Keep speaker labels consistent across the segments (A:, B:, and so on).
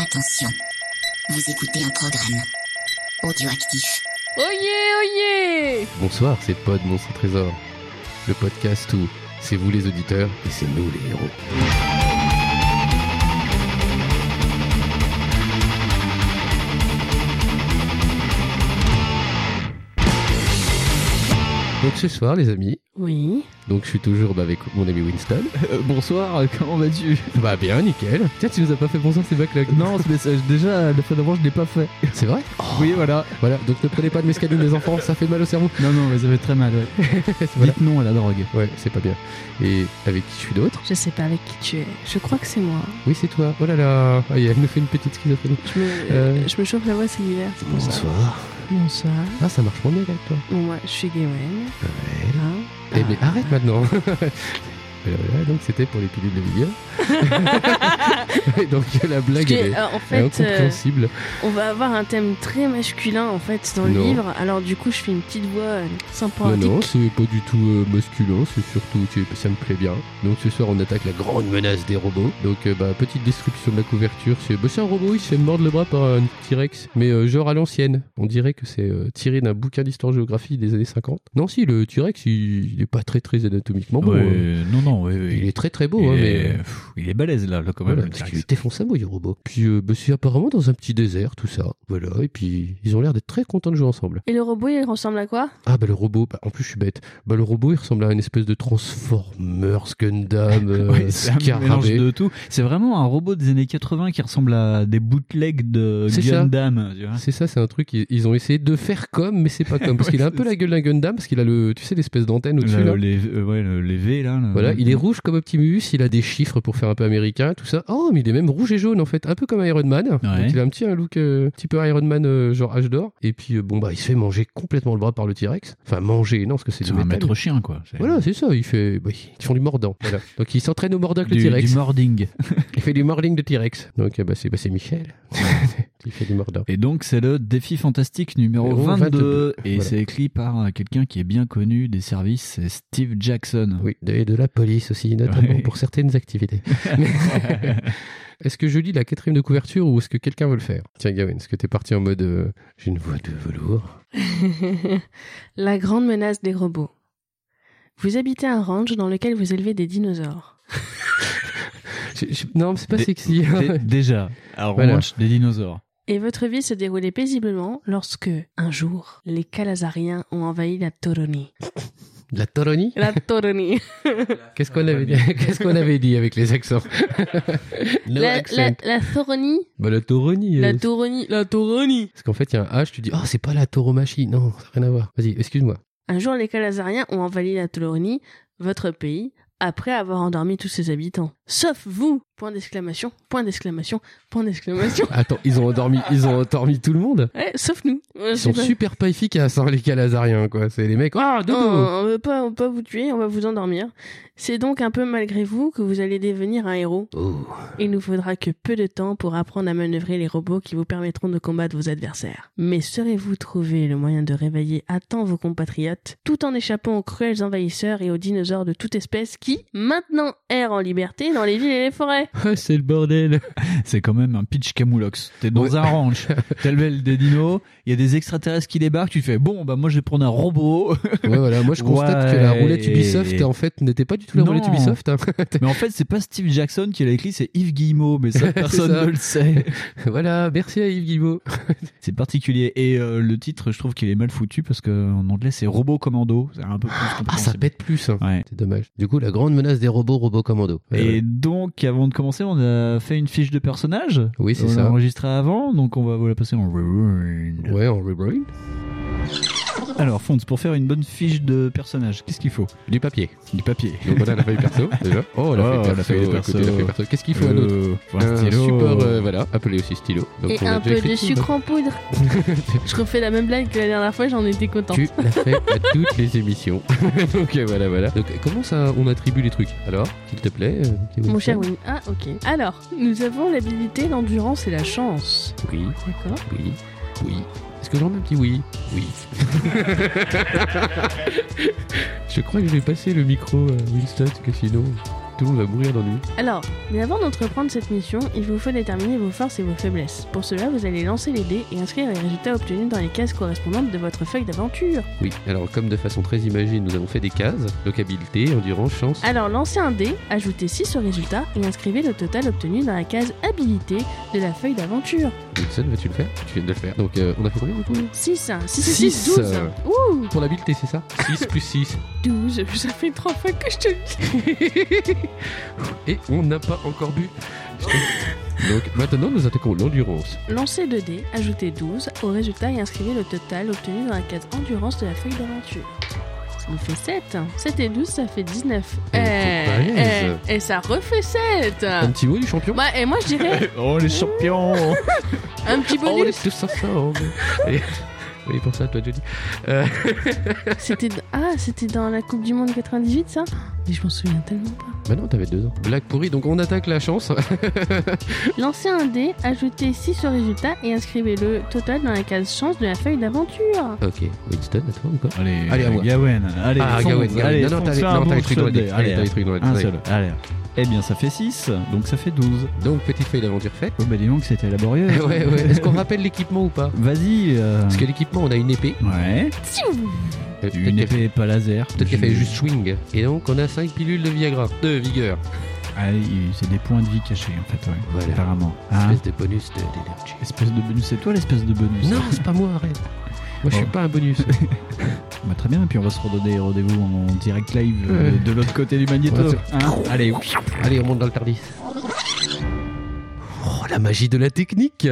A: Attention, vous écoutez un programme audioactif.
B: Oyez, oyez
C: Bonsoir, c'est Pod Monstre et Trésor, le podcast où c'est vous les auditeurs et c'est nous les héros. Donc ce soir, les amis,
B: Oui.
C: donc je suis toujours bah, avec mon ami Winston.
D: Euh, bonsoir, euh, comment vas-tu
C: Bah bien, nickel. Tiens, tu nous as pas fait bonsoir ces backlogs.
D: Non, ce message, déjà, la fois d'avant, je l'ai pas fait.
C: c'est vrai.
D: Oui, voilà.
C: Voilà, donc ne prenez pas de mescaline les enfants, ça fait mal au cerveau.
D: Non, non, mais ça fait très mal, ouais.
C: Voilà.
D: Dites non à la drogue.
C: Ouais, c'est pas bien. Et avec qui je suis d'autre
B: Je sais pas avec qui tu es. Je crois que c'est moi.
C: Oui, c'est toi. Oh là là, Ah, elle nous fait une petite schizophrénie.
B: Je me,
C: Euh.
B: je me chauffe la voix, c'est l'hiver. c'est pour ça. Bonsoir.
C: Ah, ça marche moins bien avec toi.
B: Bon, moi, je suis Gawen. Hein
C: Eh mais arrête maintenant Voilà, voilà, donc c'était pour les pilules de vigueur. Et donc la
B: Parce
C: blague
B: que,
C: elle est,
B: euh, en
C: elle est
B: fait, euh,
C: incompréhensible.
B: on va avoir un thème très masculin en fait dans le
C: Non.
B: livre. Alors du coup, je fais une petite voix euh, sympa.
C: Non, non, c'est pas du tout euh, masculin, c'est surtout, c'est- ça me plaît bien. Donc ce soir on attaque la grande menace des robots. Donc euh, bah, petite description de la couverture, c'est bah, c'est un robot, il se fait mordre le bras par un T-Rex, mais euh, genre à l'ancienne. On dirait que c'est euh, tiré d'un bouquin d'histoire-géographie des années 50. Non si, le T-Rex il, il est pas très très anatomiquement bon.
E: Ouais,
C: hein.
E: Oh, euh, Non, non, oui, oui.
C: Il est très très beau, hein,
E: il,
C: mais...
E: est, pff, il est balèze là, là, quand même.
C: Voilà,
E: le
C: parce
E: T-Rex.
C: qu'il défonce sa mouille, le robot. Puis, euh, bah, c'est apparemment dans un petit désert, tout ça. Voilà, et puis ils ont l'air d'être très contents de jouer ensemble.
B: Et le robot, il ressemble à quoi
C: Ah, bah le robot, bah, en plus je suis bête. Bah le robot, il ressemble à une espèce de Transformers, Gundam, euh,
E: Ouais, c'est un mélange
C: Scarabée.
E: de tout. C'est vraiment un robot des années 80 qui ressemble à des bootlegs de
C: C'est ça.
E: Gundam. tu vois.
C: C'est ça, c'est un truc, ils, ils ont essayé de faire comme, mais c'est pas comme. Parce qu'il a un peu la gueule d'un Gundam, parce qu'il a le, tu sais, l'espèce d'antenne au-dessus
E: Le-
C: là.
E: les, euh, ouais, le- les V là. le-
C: Voilà, il est rouge comme Optimus, il a des chiffres pour faire un peu américain, tout ça. Oh, mais il est même rouge et jaune en fait, un peu comme Iron Man. Donc il a un petit un look, euh, petit peu Iron Man euh, genre âge d'or. Et puis euh, bon bah il se fait manger complètement le bras par le T-Rex. Enfin manger, non parce que c'est
E: C'est
C: du
E: un
C: métal.
E: maître chien quoi. C'est
C: Voilà, c'est ça, il fait, bah, ils font du mordant. Voilà. Donc il s'entraîne au mordant avec le
E: du,
C: T-Rex.
E: du mording.
C: Il fait du mording de T-Rex. Donc euh, bah, c'est bah, c'est Michel. il fait du mordant.
E: Et donc c'est le défi fantastique numéro
C: Numéro
E: 22.
C: 22,
E: Et
C: voilà.
E: c'est écrit par euh, quelqu'un qui est bien connu des services, c'est Steve Jackson.
C: Oui, et de la police aussi, notamment
E: Ouais.
C: pour certaines activités. Est-ce que je lis la quatrième de couverture ou est-ce que quelqu'un veut le faire Tiens, Gawain, est-ce que t'es parti en mode euh, j'ai une voix de velours
B: La grande menace des robots. Vous habitez un ranch dans lequel vous élevez des dinosaures.
C: J'ai- j'ai- Non, mais c'est pas
E: Des-
C: sexy.
E: Dé- déjà, alors
C: Voilà.
E: ranch des dinosaures.
B: Et votre vie se déroulait paisiblement lorsque, un jour, les Calazariens ont envahi la Toronie.
C: De la Toronie
B: La Toronie.
C: Qu'est-ce
E: Ah,
C: qu'on avait, dit- qu'est-ce qu'on avait dit avec les accents No
B: la,
C: accent.
B: la, la Toronie.
C: Bah, la Toronie.
B: La
C: euh,
B: Toronie. La Toronie.
C: Parce qu'en fait, il y a un H, tu dis, oh, c'est pas la tauromachie. Non, ça n'a rien à voir. Vas-y, excuse-moi.
B: Un jour, les Calazariens ont envahi la Toronie, votre pays, après avoir endormi tous ses habitants. Sauf vous Point d'exclamation, point d'exclamation, point d'exclamation.
C: Attends, ils ont endormi, ils ont endormi tout le monde.
B: Ouais, sauf nous. Ouais,
C: Ils
B: je
C: sont
B: sais pas.
C: super pas efficaces, hein, les calazariens, quoi. C'est les mecs, ah,
B: Non,
C: dodo
B: Oh, on veut pas, on veut pas vous tuer, on va vous endormir. C'est donc un peu malgré vous que vous allez devenir un héros.
C: Oh.
B: Il nous faudra que peu de temps pour apprendre à manœuvrer les robots qui vous permettront de combattre vos adversaires. Mais saurez-vous trouver le moyen de réveiller à temps vos compatriotes, tout en échappant aux cruels envahisseurs et aux dinosaures de toute espèce qui, maintenant, errent en liberté dans les villes et les forêts
C: Ah, c'est le bordel.
E: C'est quand même un pitch camoulox. T'es dans
C: Ouais.
E: un ranch, t'élèves des dinos, il y a des extraterrestres qui débarquent, tu fais bon bah moi je vais prendre un robot.
C: Ouais, voilà, moi je constate
E: Ouais.
C: que la roulette Ubisoft, en fait, n'était pas du tout la
E: Non.
C: roulette Ubisoft. hein.
E: Mais en fait c'est pas Steve Jackson qui l'a écrit, c'est Yves Guillemot, mais ça personne
C: ça.
E: ne le sait.
C: voilà, merci à Yves Guillemot.
E: C'est particulier. Et euh, le titre je trouve qu'il est mal foutu parce qu'en anglais c'est Robot Commando, c'est un peu plus
C: Ah, ça
E: compréhensible.
C: pète plus. hein.
E: Ouais.
C: C'est dommage. Du coup, la grande menace des robots, robots commando. Ouais,
E: Et
C: ouais.
E: donc, avant de commencer, on a fait une fiche de personnage.
C: Oui, c'est
E: on
C: ça.
E: l'a enregistrée avant, donc on va vous la passer en rewind.
C: Ouais, en rebrand.
E: Alors, Fonz, pour faire une bonne fiche de personnage, qu'est-ce qu'il faut
C: Du papier.
E: Du papier.
C: Donc on a la feuille perso, déjà. Oh,
E: Oh,
C: la feuille perso.
E: la feuille
C: écoutez,
E: perso. Euh,
C: la feuille perso. Qu'est-ce qu'il Euh, faut à d'autre Un support, euh, voilà, appelé aussi stylo. Donc,
B: Et
C: on a
B: un
C: déjà
B: peu
C: écrit
B: de
C: tout,
B: sucre en poudre. je refais la même blague que la dernière fois, j'en étais content.
C: Tu l'as fait à toutes les émissions. Donc euh, voilà, voilà. Donc comment ça, on attribue les trucs Alors, s'il te plaît, euh, petit
B: Mon
C: Winston.
B: cher Win. Ah, ok. Alors, nous avons l'habilité, l'endurance et la chance.
C: Oui,
B: D'accord.
C: oui, oui. Est-ce que j'en mets un petit oui Oui. je crois que je vais passer le micro à Winston, parce que sinon, Tout le monde va mourir dans nous.
B: Alors, mais avant d'entreprendre cette mission, il vous faut déterminer vos forces et vos faiblesses. Pour cela, vous allez lancer les dés et inscrire les résultats obtenus dans les cases correspondantes de votre feuille d'aventure.
C: Oui, alors comme de façon très imagée, nous avons fait des cases, donc habileté, endurance, chance.
B: Alors, lancez un dé, ajoutez 6 au résultat et inscrivez le total obtenu dans la case habilité de la feuille d'aventure.
C: Wilson, vas-tu le faire Tu viens de le faire. Donc euh, on a fait combien du coup
B: 6, 6,
C: Six,
B: 6, 12.
C: euh.
B: Ouh,
C: Pour l'habileté, c'est ça 6 plus 6.
B: 12, ça fait 3 fois que je te le dis.
C: Et on n'a pas encore bu. Je te- donc maintenant, nous attaquons l'endurance.
B: Lancez 2 dés, ajoutez 12 au résultat et inscrivez le total obtenu dans la case endurance de la feuille d'aventure. Ça nous fait 7. 7 et 12, ça fait 19.
C: Elle
B: Eh,
C: est balèze.
B: eh, et ça refait 7.
E: Ah.
C: Un petit mot du champion
B: Bah, et moi je dirais
E: Oh les champions
B: un petit
C: Oh, on
B: bonus.
C: est tous ensemble. Et- Oui, pour ça, toi, Johnny. Euh,
B: C'était ah, c'était dans la Coupe du Monde 98 ça Mais je m'en souviens tellement pas.
C: bah non, t'avais deux ans. Blague pourrie, donc on attaque la chance.
B: Lancez un dé, ajoutez 6 au résultat et inscrivez le total dans la case chance de la feuille d'aventure.
C: ok, Winston, à toi ou quoi
E: Allez,
C: Allez, à moi.
E: Gawen, allez,
C: Ah,
E: fonce,
C: Gawain, Gawain.
E: allez,
C: Non, non,
E: fonce,
C: t'as les-
E: fais un
C: non,
E: bon
C: t'as les trucs dans la
E: solde.
C: tête.
E: Allez, hein.
C: Allez, t'as les trucs dans la
E: un
C: tête.
E: seul, allez. Eh bien, ça fait 6, donc ça fait 12.
C: Donc, petite feuille d'aventure faite.
E: Oh, bah, dis donc, c'était laborieux.
C: ouais, ouais. Est-ce qu'on rappelle l'équipement ou pas
E: Vas-y. euh,
C: Parce que l'équipement, on a une épée.
E: Ouais,
C: Euh,
E: une
C: peut-être qu'elle-
E: épée pas laser.
C: Peut-être qu'elle
E: J'ai-
C: fait juste swing. Et donc, on a 5 pilules de Viagra. De vigueur.
E: Ah, il- c'est des points de vie cachés, en fait, ouais.
C: Voilà.
E: Apparemment. Hein
C: Espèce de bonus de- d'énergie.
E: Espèce de bonus, c'est toi l'espèce de bonus
C: Non, c'est pas moi, arrête. Moi, je suis
E: Oh.
C: pas un bonus.
E: Bah, Très bien, et puis on va se redonner rendez-vous en direct live euh,
C: Ouais.
E: de l'autre côté du magnéto.
C: Ouais,
E: hein Allez,
C: Allez, on monte dans le tardis. Oh, la magie de la technique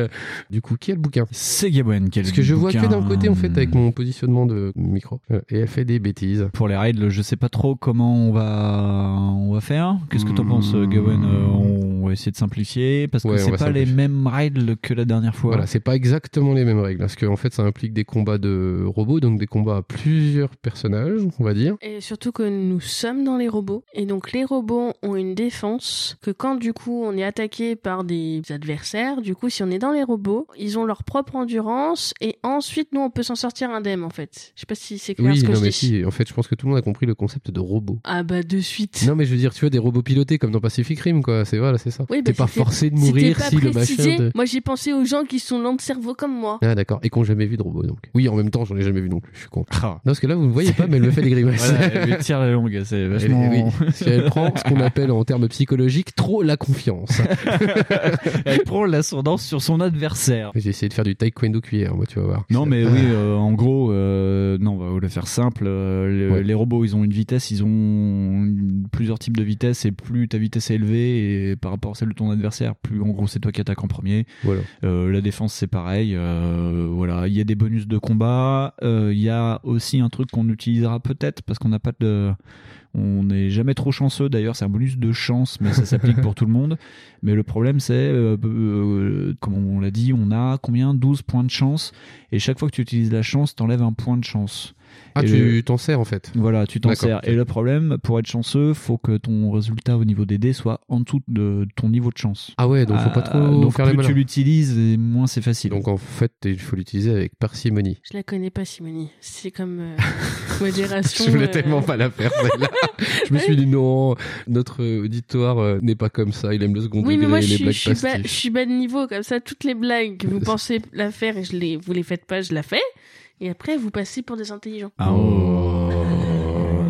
C: Du coup, qui a le bouquin
E: c'est Gawen qui a
C: Parce
E: le
C: que je vois que
E: bouquin.
C: d'un côté, en fait, avec mon positionnement de micro. Euh, Et elle fait des bêtises.
E: Pour les raids, je sais pas trop comment on va, on va faire. Qu'est-ce que t'en penses, Gawen Euh, On va essayer de simplifier parce que
C: Hmm. Ouais, on
E: c'est
C: va
E: pas les
C: simplifier.
E: mêmes raids que la dernière fois.
C: Voilà, c'est pas exactement les mêmes règles. Parce qu'en en fait, ça implique des combats de robots, donc des combats à plusieurs personnages, on va dire.
B: Et surtout que nous sommes dans les robots. Et donc les robots ont une défense que quand du coup on est attaqué par des adversaires, du coup si on est dans les robots, ils ont leur propre endurance et ensuite nous on peut s'en sortir indemne en fait. Je sais pas si c'est clair
C: Oui,
B: ce que
C: non,
B: je
C: mais
B: dis.
C: si, en fait, je pense que tout le monde a compris le concept de robot.
B: Ah bah de suite.
C: Non, mais je veux dire, tu vois, des robots pilotés comme dans Pacific Rim, quoi. C'est voilà, c'est ça.
B: Oui, bah,
C: T'es pas
B: c'était-
C: forcé de
B: C'était
C: mourir
B: pas
C: si le
B: précisé.
C: machin. de-
B: Moi j'ai pensé aux gens qui sont lents de cerveau comme moi.
C: Ah, d'accord. Et qu'on jamais vu de robot, donc. Oui, en même temps, j'en ai jamais vu non plus. Je suis con. Non, parce que là, vous ne voyez pas, mais elle me fait des grimaces.
E: Ah. Voilà, elle lui tire la longue, c'est
C: Elle,
E: vachement.
C: oui, parce qu'elle prend ce qu'on appelle en termes psychologiques trop la confiance.
E: Elle prend l'ascendance sur son adversaire.
C: J'ai essayé de faire du taekwondo cuillère, moi, tu vas voir.
E: Non, mais oui,
C: Ah.
E: euh, en gros, euh, non, on va le faire simple. euh, le-
C: Ouais.
E: Les robots, ils ont une vitesse, ils ont une- plusieurs types de vitesse, et plus ta vitesse est élevée et par rapport à celle de ton adversaire, plus en gros c'est toi qui attaques en premier.
C: Voilà.
E: Euh, la défense, c'est pareil. euh, voilà, il y a des bonus de combat. euh, Il y a aussi un truc qu'on utilisera peut-être parce qu'on n'a pas de, on n'est jamais trop chanceux. D'ailleurs, c'est un bonus de chance, mais ça s'applique pour tout le monde. Mais le problème, c'est, euh, euh, comme on l'a dit, on a combien 12 points de chance. Et chaque fois que tu utilises la chance, t'enlèves un point de chance.
C: Ah,
E: Et
C: tu t'en sers, en fait.
E: Voilà, tu t'en
C: D'accord.
E: sers. Et le problème, pour être chanceux, faut que ton résultat au niveau des dés soit en dessous de ton niveau de chance.
C: Ah ouais, donc faut pas
E: Ah,
C: trop
E: donc
C: faire les
E: plus tu
C: malins.
E: l'utilises, et moins c'est facile.
C: Donc en fait, il faut l'utiliser avec parcimonie.
B: Je la connais pas Simonie. C'est comme euh, modération.
C: Je voulais
B: euh,
C: tellement pas la faire, celle-là. je me suis dit non, notre euh, auditoire euh, n'est pas comme ça, il aime le second
B: Oui, mais
C: degré,
B: moi je
C: les
B: suis,
C: blagues
B: je, suis bas, je
C: pastiches.
B: suis bas de niveau, comme ça, toutes les blagues que vous pensez la faire et je les, vous les faites pas, je la fais. Et après, vous passez pour des intelligents.
E: Ah, oh.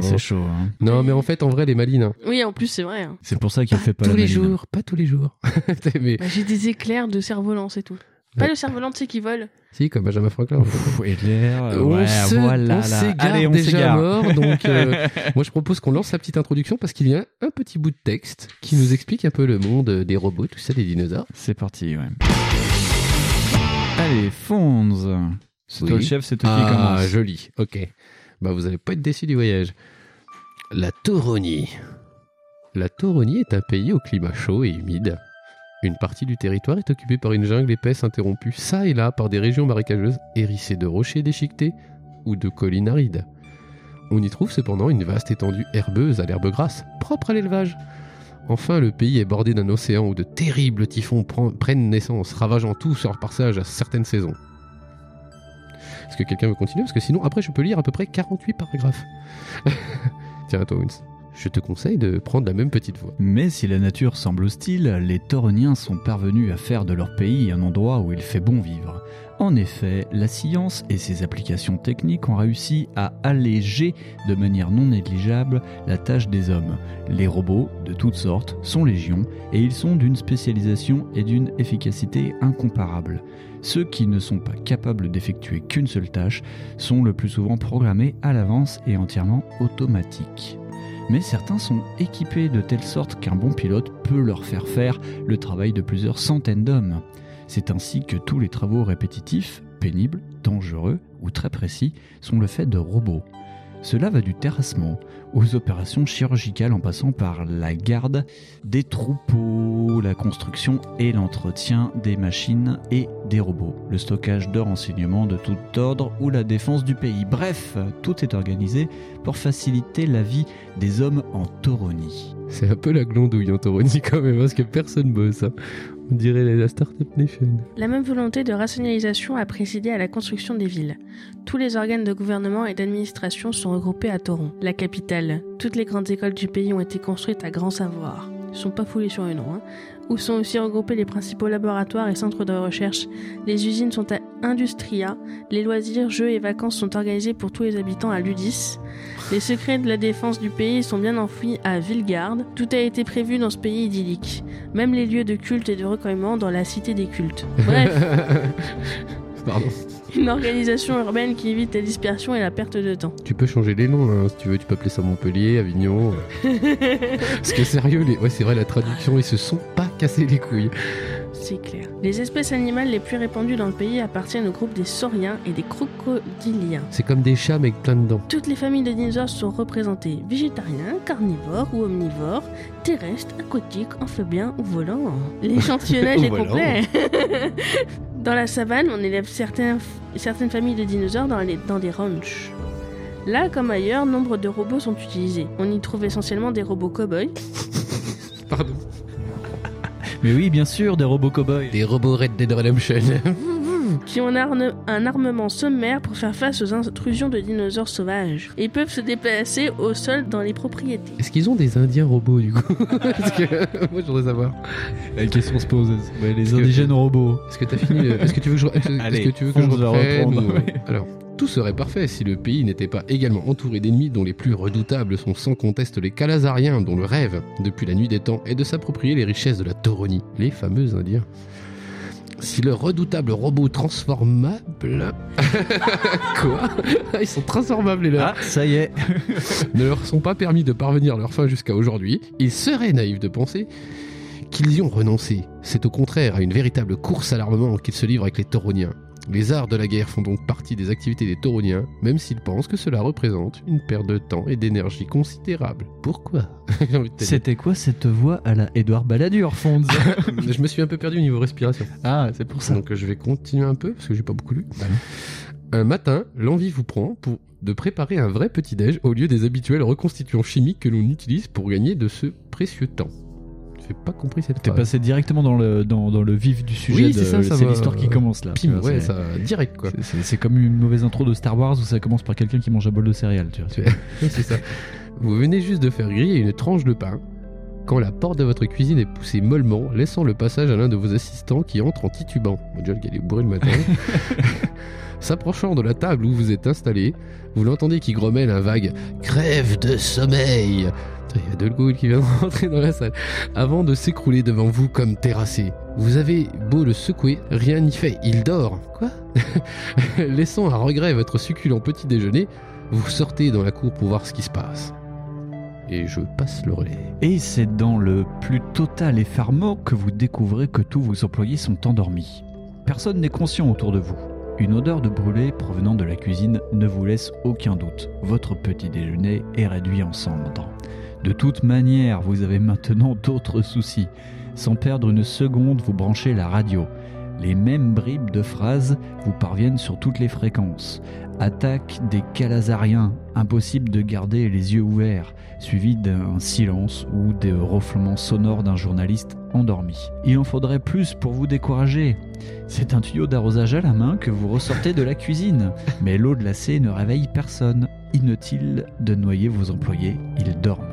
E: C'est chaud. hein.
C: Non, mais en fait, en vrai, les malines.
B: Oui, en plus, c'est vrai. hein.
E: C'est pour ça qu'il fait pas
C: tous
E: la
C: les
E: maline.
C: jours, pas tous les jours. mais
B: Bah, J'ai des éclairs de cerf-volant, c'est tout. Pas
C: Ouais.
B: le cerf-volant, tu sais, qui vole.
C: si, comme Benjamin Franklin. en fait.
E: Pff, Et l'air, euh,
C: on
E: ouais,
C: se,
E: voilà,
C: on
E: là.
C: s'égare
E: Allez, on
C: déjà à
E: s'égare.
C: mort. Donc, euh, moi, je propose qu'on lance la petite introduction parce qu'il y a un petit bout de texte qui nous explique un peu le monde des robots, tout ça, des dinosaures.
E: C'est parti, ouais. Allez, Fonz. C'est
C: Oui.
E: toi le chef, c'est toi qui commence.
C: Ah, joli. Ok. Bah, vous allez pas être déçu du voyage. La Tauronie. La Tauronie est un pays au climat chaud et humide. Une partie du territoire est occupée par une jungle épaisse interrompue ça et là par des régions marécageuses hérissées de rochers déchiquetés ou de collines arides. On y trouve cependant une vaste étendue herbeuse à l'herbe grasse, propre à l'élevage. Enfin, le pays est bordé d'un océan où de terribles typhons pren- prennent naissance, ravageant tout sur leur passage à certaines saisons. Est-ce que quelqu'un veut continuer Parce que sinon, après, je peux lire à peu près 48 paragraphes. Tiens, à toi, Wins. je te conseille de prendre la même petite voie.
E: Mais si la nature semble hostile, les Tauroniens sont parvenus à faire de leur pays un endroit où il fait bon vivre. En effet, la science et ses applications techniques ont réussi à alléger de manière non négligeable la tâche des hommes. Les robots, de toutes sortes, sont légion et ils sont d'une spécialisation et d'une efficacité incomparables. Ceux qui ne sont pas capables d'effectuer qu'une seule tâche sont le plus souvent programmés à l'avance et entièrement automatiques mais certains sont équipés de telle sorte qu'un bon pilote peut leur faire faire le travail de plusieurs centaines d'hommes. C'est ainsi que tous les travaux répétitifs, pénibles, dangereux ou très précis sont le fait de robots. Cela va du terrassement aux opérations chirurgicales en passant par la garde des troupeaux, la construction et l'entretien des machines et des robots, le stockage de renseignements de tout ordre ou la défense du pays. Bref, tout est organisé pour faciliter la vie des hommes en Tauronie.
C: C'est un peu la glandouille en Tauronie quand même, hein, parce que personne bosse. hein. On dirait la Startup Nation.
B: La même volonté de rationalisation a précédé à la construction des villes. Tous les organes de gouvernement et d'administration sont regroupés à Toron, la capitale. Toutes les grandes écoles du pays ont été construites à grand savoir. Ils sont pas foulés sur une roue, hein. Où sont aussi regroupés les principaux laboratoires et centres de recherche. Les usines sont à Industria. Les loisirs, jeux et vacances sont organisés pour tous les habitants à Ludis. Les secrets de la défense du pays sont bien enfouis à Villegarde. Tout a été prévu dans ce pays idyllique même les lieux de culte et de recueillement dans la cité des cultes. Bref,
C: Pardon.
B: une organisation urbaine qui évite la dispersion et la perte de temps.
C: Tu peux changer les noms, hein, si tu veux. Tu peux appeler ça Montpellier, Avignon. Parce que sérieux, les... ouais, c'est vrai, la traduction, ils se sont pas cassés les couilles.
B: C'est clair. Les espèces animales les plus répandues dans le pays appartiennent au groupe des sauriens et des crocodiliens.
C: C'est comme des chats, mais avec plein de dents.
B: Toutes les familles de dinosaures sont représentées, végétariens, carnivores ou omnivores, terrestres, aquatiques, amphibiens ou volants. L'échantillonnage
C: Ou
B: est
C: volants.
B: complet. dans la savane, on élève certains- certaines familles de dinosaures dans, les- dans des ranchs. Là, comme ailleurs, nombre de robots sont utilisés. On y trouve essentiellement des robots cow-boys,
C: Pardon.
E: Mais oui, bien sûr, des robots cow-boys.
C: Des robots Red Dead Redemption.
B: qui ont un, arne- un armement sommaire pour faire face aux intrusions de dinosaures sauvages. Ils peuvent se déplacer au sol dans les propriétés.
C: Est-ce qu'ils ont des Indiens robots, du coup Parce que moi, je voudrais savoir.
E: La question se pose. les
C: que-
E: indigènes robots.
C: Est-ce que t'as fini euh, Est-ce que tu veux que je, est-ce que
E: Allez,
C: tu veux que je
E: on va
C: reprenne
E: reprendre,
C: ou-
E: ouais.
C: Alors, tout serait parfait si le pays n'était pas également entouré d'ennemis dont les plus redoutables sont sans conteste les Calazariens, dont le rêve, depuis la nuit des temps, est de s'approprier les richesses de la Tauronie, les fameux Indiens. Si le redoutable robot transformable... Quoi Ah, Ils sont transformables les leurs.
E: Ah, ça y est.
C: ne leur sont pas permis de parvenir à leur fin jusqu'à aujourd'hui, il serait naïf de penser qu'ils y ont renoncé. C'est au contraire à une véritable course à l'armement qu'ils se livrent avec les tauroniens. Les arts de la guerre font donc partie des activités des tauroniens, même s'ils pensent que cela représente une perte de temps et d'énergie considérable. Pourquoi J'ai envie de te dire.
E: C'était quoi cette voix à la Édouard Balladur, Fonds
C: Je me suis un peu perdu au niveau respiration.
E: Ah, c'est pour
C: Donc euh, je vais continuer un peu parce que j'ai pas beaucoup lu.
E: Allez.
C: Un matin, l'envie vous prend pour de préparer un vrai petit déj au lieu des habituels reconstituants chimiques que l'on utilise pour gagner de ce précieux temps. J'ai pas compris cette
E: T'es
C: phrase.
E: passé directement dans le, dans, dans le vif du sujet.
C: Oui,
E: de-
C: c'est ça, ça
E: c'est
C: va.
E: l'histoire qui commence là. tu
C: Pim,
E: vois,
C: ouais,
E: c'est-
C: ça direct quoi.
E: c'est- C'est c'est comme une mauvaise intro de Star Wars où ça commence par quelqu'un qui mange un bol de céréales, tu vois.
C: C'est ça. Vous venez juste de faire griller une tranche de pain quand la porte de votre cuisine est poussée mollement, laissant le passage à l'un de vos assistants qui entre en titubant. Mon dieu, le gars, il est bourré le matin. S'approchant de la table où vous êtes installé, vous l'entendez qui grommelle un vague Crève de sommeil Putain, Il y a Delgaulle qui vient de rentrer dans la salle. Avant de s'écrouler devant vous comme terrassé. Vous avez beau le secouer, rien n'y fait. Il dort. Quoi Laissant à regret votre succulent petit déjeuner, vous sortez dans la cour pour voir ce qui se passe. Et je passe le relais.
E: Et c'est dans le plus total effarement que vous découvrez que tous vos employés sont endormis. Personne n'est conscient autour de vous. Une odeur de brûlé provenant de la cuisine ne vous laisse aucun doute. Votre petit déjeuner est réduit en cendres. De toute manière, vous avez maintenant d'autres soucis. Sans perdre une seconde, vous branchez la radio. Les mêmes bribes de phrases vous parviennent sur toutes les fréquences. Attaque des calazariens, impossible de garder les yeux ouverts suivi d'un silence ou des ronflements sonores d'un journaliste endormi. Il en faudrait plus pour vous décourager. C'est un tuyau d'arrosage à la main que vous ressortez de la cuisine, mais l'eau glacée ne réveille personne. Inutile de noyer vos employés, ils dorment.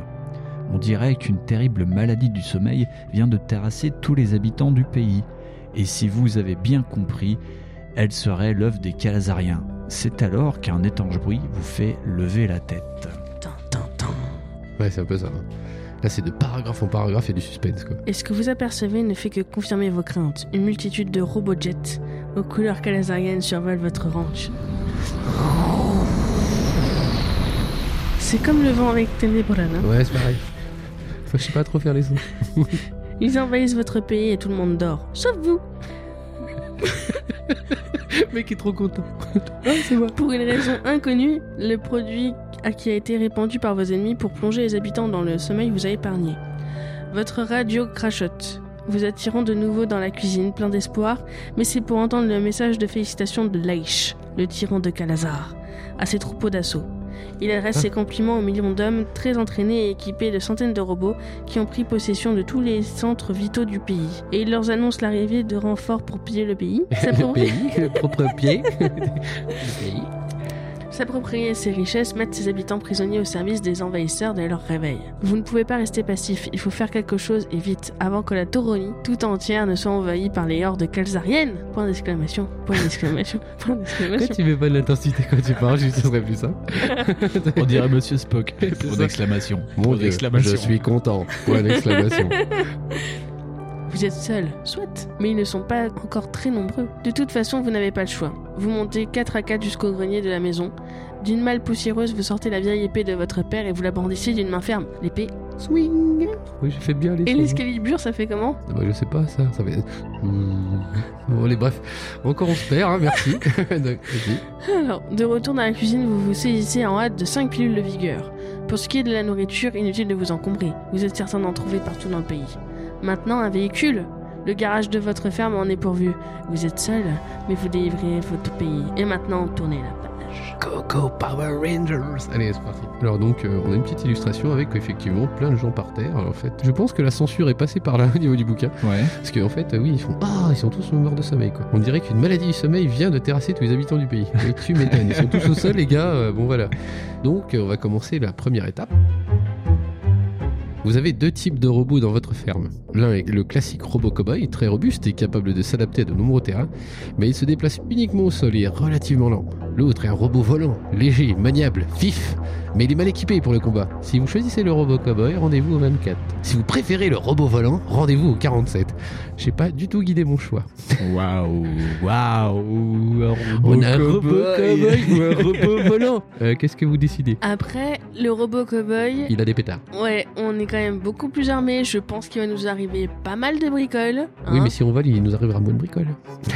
E: On dirait qu'une terrible maladie du sommeil vient de terrasser tous les habitants du pays. Et si vous avez bien compris, elle serait l'œuvre des Calazariens. C'est alors qu'un étanche bruit vous fait lever la tête.
B: Tan, tan, tan.
C: Ouais, c'est un peu ça. hein. Là, c'est de paragraphe en paragraphe, il y a du suspense, quoi.
B: Et ce que vous apercevez ne fait que confirmer vos craintes. Une multitude de robots jets aux couleurs calazariennes survolent votre ranch. C'est comme le vent avec hein? Tenebrana.
C: Ouais, c'est pareil. Faut- Je sais pas trop faire les sons.
B: Ils envahissent votre pays et tout le monde dort, sauf vous.
C: Le mec est trop content. Ouais, c'est moi.
B: Pour une raison inconnue, le produit à qui a été répandu par vos ennemis pour plonger les habitants dans le sommeil vous a épargné. Votre radio crachote, vous attirant de nouveau dans la cuisine plein d'espoir, mais c'est pour entendre le message de félicitations de Laïch, le tyran de Calazar, à ses troupeaux d'assaut. Il adresse
C: Hein
B: ses compliments aux millions d'hommes très entraînés et équipés de centaines de robots qui ont pris possession de tous les centres vitaux du pays. Et il leur annonce l'arrivée de renforts pour piller le pays,
C: Le
B: s'approprier-
C: pays, le propre pied. Le pays.
B: S'approprier ses richesses, mettre ses habitants prisonniers au service des envahisseurs dès leur réveil. Vous ne pouvez pas rester passif, il faut faire quelque chose et vite, avant que la Tauronie tout entière ne soit envahie par les hordes calzariennes Point d'exclamation, point d'exclamation, point
C: Pourquoi
B: d'exclamation.
C: tu mets pas de l'intensité quand tu parles Juste, ce serait plus simple.
E: On dirait Monsieur Spock.
C: ça.
E: Pour d'exclamation.
C: Mon
E: Point
C: Dieu,
E: d'exclamation.
C: je suis content. Point d'exclamation.
B: Vous êtes seuls, soit, mais ils ne sont pas encore très nombreux. De toute façon, vous n'avez pas le choix. Vous montez 4 à 4 jusqu'au grenier de la maison. D'une malle poussiéreuse, vous sortez la vieille épée de votre père et vous la brandissez d'une main ferme. L'épée, swing
C: Oui, j'ai fait bien les
B: Et
C: sons.
B: l'escalibur, ça fait comment
C: Ah bah, je sais pas, ça. ça fait... Hmm. Bon, allez, bref. Encore on se perd, hein, merci. Donc, vas-y.
B: Alors, de retour dans la cuisine, vous vous saisissez en hâte de 5 pilules de vigueur. Pour ce qui est de la nourriture, inutile de vous encombrer, vous êtes certain d'en trouver partout dans le pays. Maintenant, un véhicule Le garage de votre ferme en est pourvu. Vous êtes seul, mais vous délivrez votre pays. Et maintenant, tournez la page.
C: Coco Power Rangers. Allez, c'est parti. Alors donc, euh, on a une petite illustration avec effectivement plein de gens par terre. Alors, en fait, je pense que la censure est passée par là au niveau du bouquin,
E: Ouais.
C: parce qu'en fait, euh, oui, ils font ah, ils sont tous morts de sommeil quoi. On dirait qu'une maladie du sommeil vient de terrasser tous les habitants du pays. Oui, tu m'étonnes. Ils sont tous au sol, les gars. euh, bon voilà. Donc, euh, on va commencer la première étape. Vous avez deux types de robots dans votre ferme. L'un est le classique robot cowboy, très robuste et capable de s'adapter à de nombreux terrains, mais il se déplace uniquement au sol et est relativement lent. L'autre est un robot volant, léger, maniable, vif, mais il est mal équipé pour le combat. Si vous choisissez le robot cowboy, rendez-vous au 24. Si vous préférez le robot volant, rendez-vous au 47. J'ai pas du tout guidé mon choix.
E: Waouh. Waouh.
C: On a un robot cowboy ou un robot volant. Euh, Qu'est-ce que vous décidez
B: Après, le robot cowboy.
C: Il a des pétards.
B: Ouais, on est quand même beaucoup plus armé. Je pense qu'il va nous arriver pas mal de bricoles.
C: Oui,
B: hein.
C: mais si on vole, il nous arrivera moins de bricoles.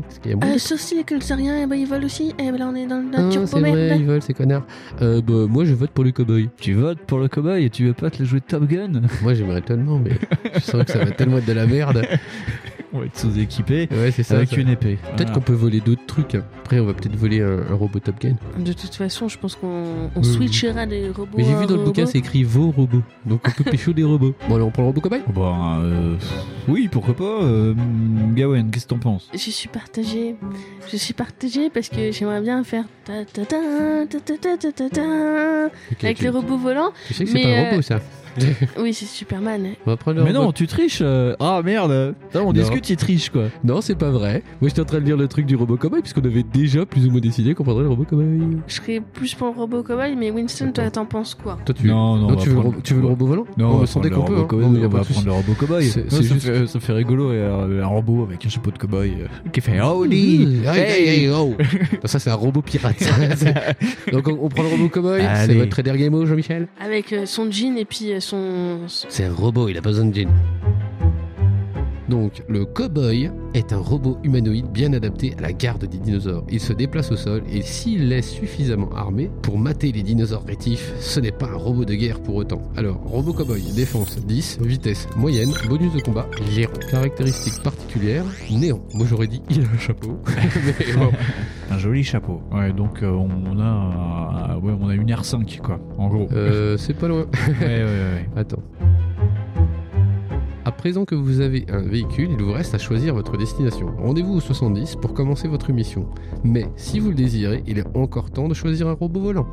C: Parce qu'il y a moins de
B: Euh, sauf si les culsariens, eh ben, ils volent aussi. Eh ben là, on est dans le
C: Ah,
B: nature
C: c'est vrai, ils veulent ces connards. Euh, bah, moi, je vote pour le cowboy.
E: Tu votes pour le cowboy et tu veux pas te le jouer Top Gun
C: Moi, j'aimerais tellement, mais je sens que ça va tellement être de la merde.
E: On va être sous-équipé
C: Ouais, c'est ça.
E: avec
C: ça.
E: une Ah. épée.
C: Peut-être qu'on peut voler d'autres trucs. Après, on va peut-être voler un, un robot Top Gun.
B: De toute façon, je pense qu'on on
C: Oui, oui.
B: switchera des robots.
C: Mais j'ai
B: à
C: vu dans le bouquin,
B: robots.
C: c'est écrit vos robots. Donc, on peut pécho des robots. Bon, alors, on prend le robot cowboy
E: Bon, euh, oui, pourquoi pas. euh, Gawain, qu'est-ce que t'en penses
B: Je suis partagée. Je suis partagée parce que j'aimerais bien faire ta ta ta ta ta ta ta ta ta
C: Ok,
B: avec
C: tu,
B: les robots volants.
C: tu sais que c'est
B: mais,
C: pas un
B: euh,
C: robot, ça.
B: Oui, c'est Superman.
C: On va prendre le
E: Mais
C: robot.
E: non, tu triches. euh, Ah merde. Putain, on
C: Non.
E: discute, il triche quoi.
C: Non, c'est pas vrai. Moi, j'étais en train de lire le truc du robot cowboy, puisqu'on avait déjà plus ou moins décidé qu'on prendrait le robot cowboy.
B: Je serais plus pour le robot cowboy, mais Winston, toi, t'en penses quoi
C: Toi, tu,
E: Non, non,
C: toi,
E: on
C: tu veux,
E: va
C: le
E: prendre-
C: robot- tu veux le robot volant
E: Non,
C: on va
E: va
C: s'en hein. Oh,
E: prendre
C: décomper.
E: le robot cowboy, hein. on va prendre le robot cowboy.
C: C'est-
E: Non,
C: c'est
E: ça,
C: juste-
E: fait, ça fait rigolo, et, euh, un robot avec un chapeau de cowboy euh, qui fait Howdy
C: Aïe, aïe, aïe, oh. Non, ça, c'est un robot pirate. Donc, on, on prend le robot cowboy. C'est
E: Allez.
C: votre trader game, Jean-Michel
B: Avec euh, son jean et puis euh, son. son-
C: C'est un robot, il a pas besoin de jean. Donc, le cowboy est un robot humanoïde bien adapté à la garde des dinosaures. Il se déplace au sol et s'il est suffisamment armé pour mater les dinosaures rétifs, ce n'est pas un robot de guerre pour autant. Alors, robot cowboy, défense 10, vitesse moyenne, bonus de combat, lion. Caractéristiques particulières, néant. Moi j'aurais dit il a un chapeau, mais bon.
E: Un joli chapeau. Ouais, donc euh, on a, euh, ouais, on a une R5 quoi, en gros.
C: Euh, c'est pas loin.
E: Ouais, ouais, ouais.
C: Attends. À présent que vous avez un véhicule, il vous reste à choisir votre destination. Rendez-vous au 70 pour commencer votre mission. Mais si vous le désirez, il est encore temps de choisir un robot volant.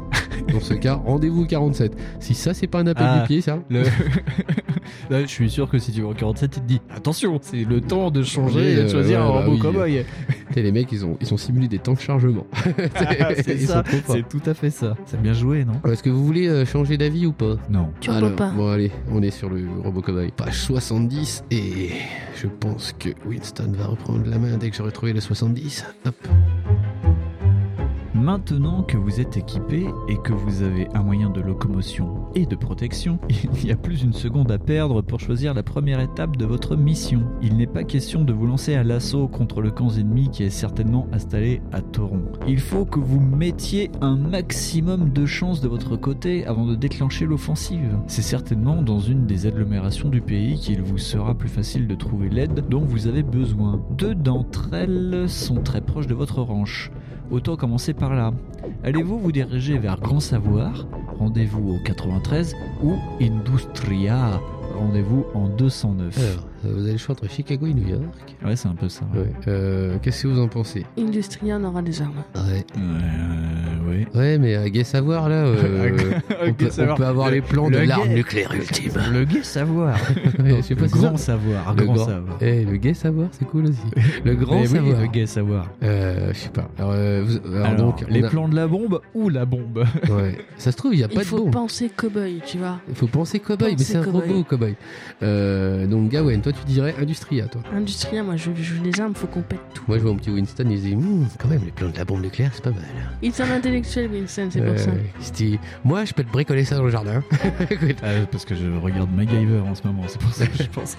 C: Dans ce cas, rendez-vous au 47. Si ça, c'est pas un appel
E: Ah.
C: du pied, ça
E: Le- Là, je suis sûr que si tu vas en 47, il te dit Attention, c'est le temps de changer et de
C: Euh,
E: choisir
C: ouais,
E: un
C: bah
E: robot
C: oui.
E: cowboy.
C: T'es les mecs, ils ont, ils ont simulé des temps de chargement.
E: Ah, c'est
C: Ils
E: ça,
C: sont trop forts.
E: c'est tout à fait ça. C'est bien joué, non
C: Est-ce que vous voulez euh, changer d'avis ou pas
E: Non.
B: Turbo
C: Alors,
B: pas.
C: Bon allez, on est sur le robot cowboy. Page 70 et je pense que Winston va reprendre la main dès que j'aurai trouvé le 70. Hop.
E: Maintenant que vous êtes équipé et que vous avez un moyen de locomotion et de protection, il n'y a plus une seconde à perdre pour choisir la première étape de votre mission. Il n'est pas question de vous lancer à l'assaut contre le camp ennemi qui est certainement installé à Toron. Il faut que vous mettiez un maximum de chances de votre côté avant de déclencher l'offensive. C'est certainement dans une des agglomérations du pays qu'il vous sera plus facile de trouver l'aide dont vous avez besoin. Deux d'entre elles sont très proches de votre ranch. Autant commencer par là. Allez-vous vous diriger vers Grand Savoir Rendez-vous au 93 ou Industria Rendez-vous en 209.
C: Alors, euh, vous avez le choix entre Chicago et New York.
E: Ouais, c'est un peu ça.
C: Ouais. Euh, Qu'est-ce que vous en pensez
B: Industria en aura des armes.
C: Ouais.
E: Euh, ouais.
C: Ouais, mais à Gai Savoir là, euh, on, peut, on peut avoir les plans de
E: le
C: l'arme
E: Gai-
C: nucléaire ultime.
E: Le gai savoir.
C: Ouais, je sais pas
E: le
C: si
E: grand
C: ça-
E: savoir.
C: Le
E: grand
C: grand-
E: savoir.
C: Eh, le Gai Savoir, c'est cool aussi. Le grand
E: Mais oui,
C: savoir.
E: le gai savoir.
C: Euh, je sais pas. Alors, euh, vous- alors,
E: Alors,
C: donc, on
E: les
C: a-
E: plans de la bombe ou la bombe
C: Ouais. Ça se trouve, il y a pas
B: Il
C: de
B: faut
C: bon.
B: penser cow-boy, tu vois.
C: Il faut penser cowboy, mais
B: Penser
C: c'est un
B: cow-boy.
C: robot cowboy. Euh, donc Gawain, toi tu dirais industria, toi.
B: Industria, moi je joue les armes, faut qu'on pète tout.
C: Moi je vois mon petit Winston, il se dit Hum, quand même les plans de la bombe nucléaire, c'est pas mal.
B: Il est un intellectuel, Wilson, c'est
C: Euh,
B: pour ça.
C: Il se dit moi je peux te bricoler ça dans le jardin. Écoute,
E: Ah, Parce que je regarde MacGyver en ce moment, c'est pour ça que je pense.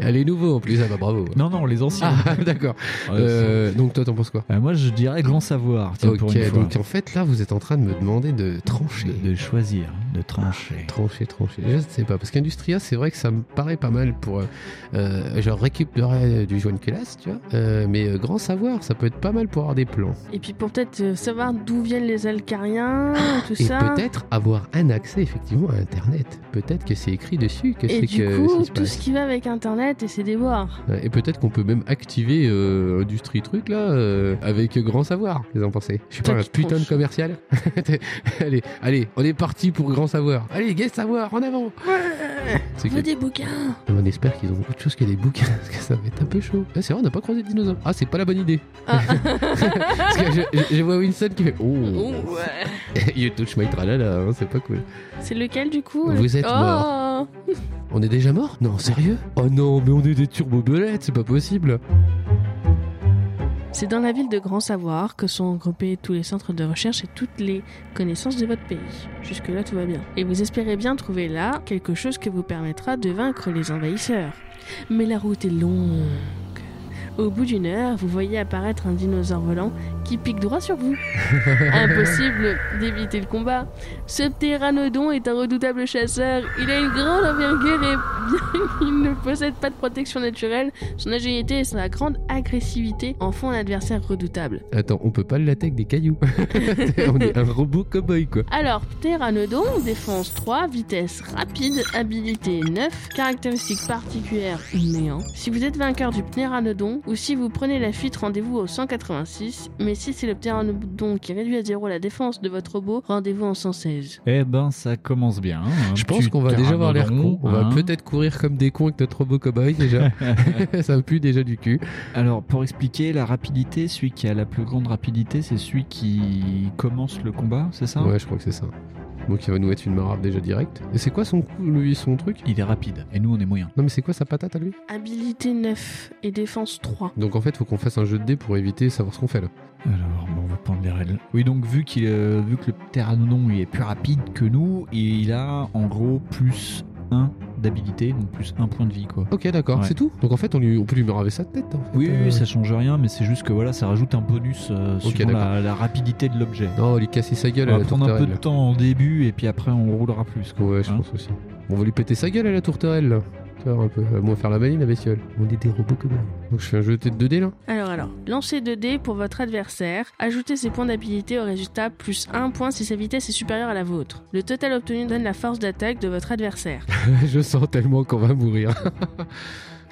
C: elle est nouveau en plus, ah bah bravo.
E: non, non, les anciens.
C: Ah d'accord.
E: Ouais,
C: Euh, donc toi t'en penses quoi
E: c'est- Euh, moi, je dirais grand savoir. tiens, pour une
C: Ok,
E: fois.
C: donc en fait là vous êtes en train de me demander de trancher.
E: de, de choisir, de trancher.
C: Trancher, trancher. Je ne sais pas, parce qu'Industria, c'est vrai que ça me paraît pas mal pour. euh, euh, genre récupérer du joint culasse, tu vois. Euh, mais euh, grand savoir, ça peut être pas mal pour avoir des plans.
B: Et puis pour peut-être euh, savoir d'où viennent les Alcariens, tout
C: Ah, Et
B: ça.
C: peut-être avoir un accès effectivement à Internet. Peut-être que c'est écrit dessus que
B: Et
C: c'est
B: du
C: que
B: coup,
C: ça se
B: tout
C: passe.
B: ce qui va avec Internet et ses déboires.
C: Ouais, Et peut-être qu'on peut même activer euh, Industrie Truc là euh, avec grand savoir. Qu'est-ce que vous en pensez Je suis pas
B: Toi
C: un
B: qui
C: putain de
B: tranches.
C: commercial. allez, allez, on est parti pour grand savoir. Allez, guest savoir, en avant. C'est
B: Veux des bouquins
C: On espère qu'ils ont autre chose que des bouquins, parce que ça va être un peu chaud. Ah, c'est vrai, on n'a pas croisé de dinosaures. Ah, c'est pas la bonne idée.
B: Ah.
C: parce que je, je- je vois Winston qui fait Oh,
B: Oh, ouais.
C: you touch my tralala, hein, c'est pas cool.
B: C'est lequel du coup
C: Vous êtes
B: oh
C: mort. On est déjà mort Non, sérieux Oh non, mais on est des turbobelettes, c'est pas possible.
B: C'est dans la ville de Grand Savoir que sont regroupés tous les centres de recherche et toutes les connaissances de votre pays. Jusque-là, tout va bien. Et vous espérez bien trouver là quelque chose que vous permettra de vaincre les envahisseurs. Mais la route est longue. Au bout d'une heure, vous voyez apparaître un dinosaure volant qui pique droit sur vous. Impossible d'éviter le combat. Ce pteranodon est un redoutable chasseur. Il a une grande envergure et bien qu'il ne possède pas de protection naturelle, son agilité et sa grande agressivité en font un adversaire redoutable.
C: Attends, on peut pas le latter avec des cailloux. on est un robot cowboy, quoi.
B: Alors, Pteranodon, défense 3, vitesse rapide, habilité 9, caractéristiques particulières néant. Si vous êtes vainqueur du Pteranodon ou si vous prenez la fuite, rendez-vous au 186. Mais si c'est le Pteranodon qui réduit à zéro la défense de votre robot, rendez-vous en 116.
E: Eh ben, ça commence bien. hein, un
C: Je pense
E: petit
C: qu'on va déjà avoir l'air
E: pteranodon,
C: con. On va
E: hein.
C: peut-être courir comme des cons avec notre robot cowboy déjà. ça pue déjà du cul.
E: Alors, pour expliquer la rapidité, celui qui a la plus grande rapidité, c'est celui qui commence le combat, c'est ça
C: Ouais, je crois que c'est ça. Donc il va nous mettre une marave déjà directe. Et c'est quoi son coup, lui, son truc
E: Il est rapide. Et nous, on est moyen.
C: Non mais c'est quoi sa patate à lui
B: Habilité 9 et défense 3.
C: Donc en fait faut qu'on fasse un jeu de dés pour éviter de savoir ce qu'on fait là.
E: Alors, bon, on va prendre les règles. Oui, donc vu qu'il, euh, vu que le pteranodon il est plus rapide que nous, il a en gros plus 1 d'habilité, donc plus 1 point de vie, quoi.
C: Ok d'accord,
E: Ouais.
C: c'est tout. Donc en fait on, lui, on peut lui maraver sa tête. en fait.
E: Oui, oui,
C: Euh,
E: oui, ça change rien, mais c'est juste que voilà, ça rajoute un bonus euh, suivant
C: d'accord.
E: la, la rapidité de l'objet.
C: Non, lui casser sa gueule
E: On
C: à
E: va
C: la
E: prendre un peu de
C: tourterelle.
E: temps au début et puis après on roulera plus. Quoi.
C: Ouais, je
E: Hein
C: pense aussi. On va lui péter sa gueule à la Euh, tourterelle là. Tu vois, un peu. Elle va moins faire la maline la bestiole. On est des robots comme Donc je fais un jeu de 2D là
B: Alors, Alors, alors, lancez 2 dés pour votre adversaire, ajoutez ses points d'habilité au résultat, plus 1 point si sa vitesse est supérieure à la vôtre. Le total obtenu donne la force d'attaque de votre adversaire.
C: je sens tellement qu'on va mourir.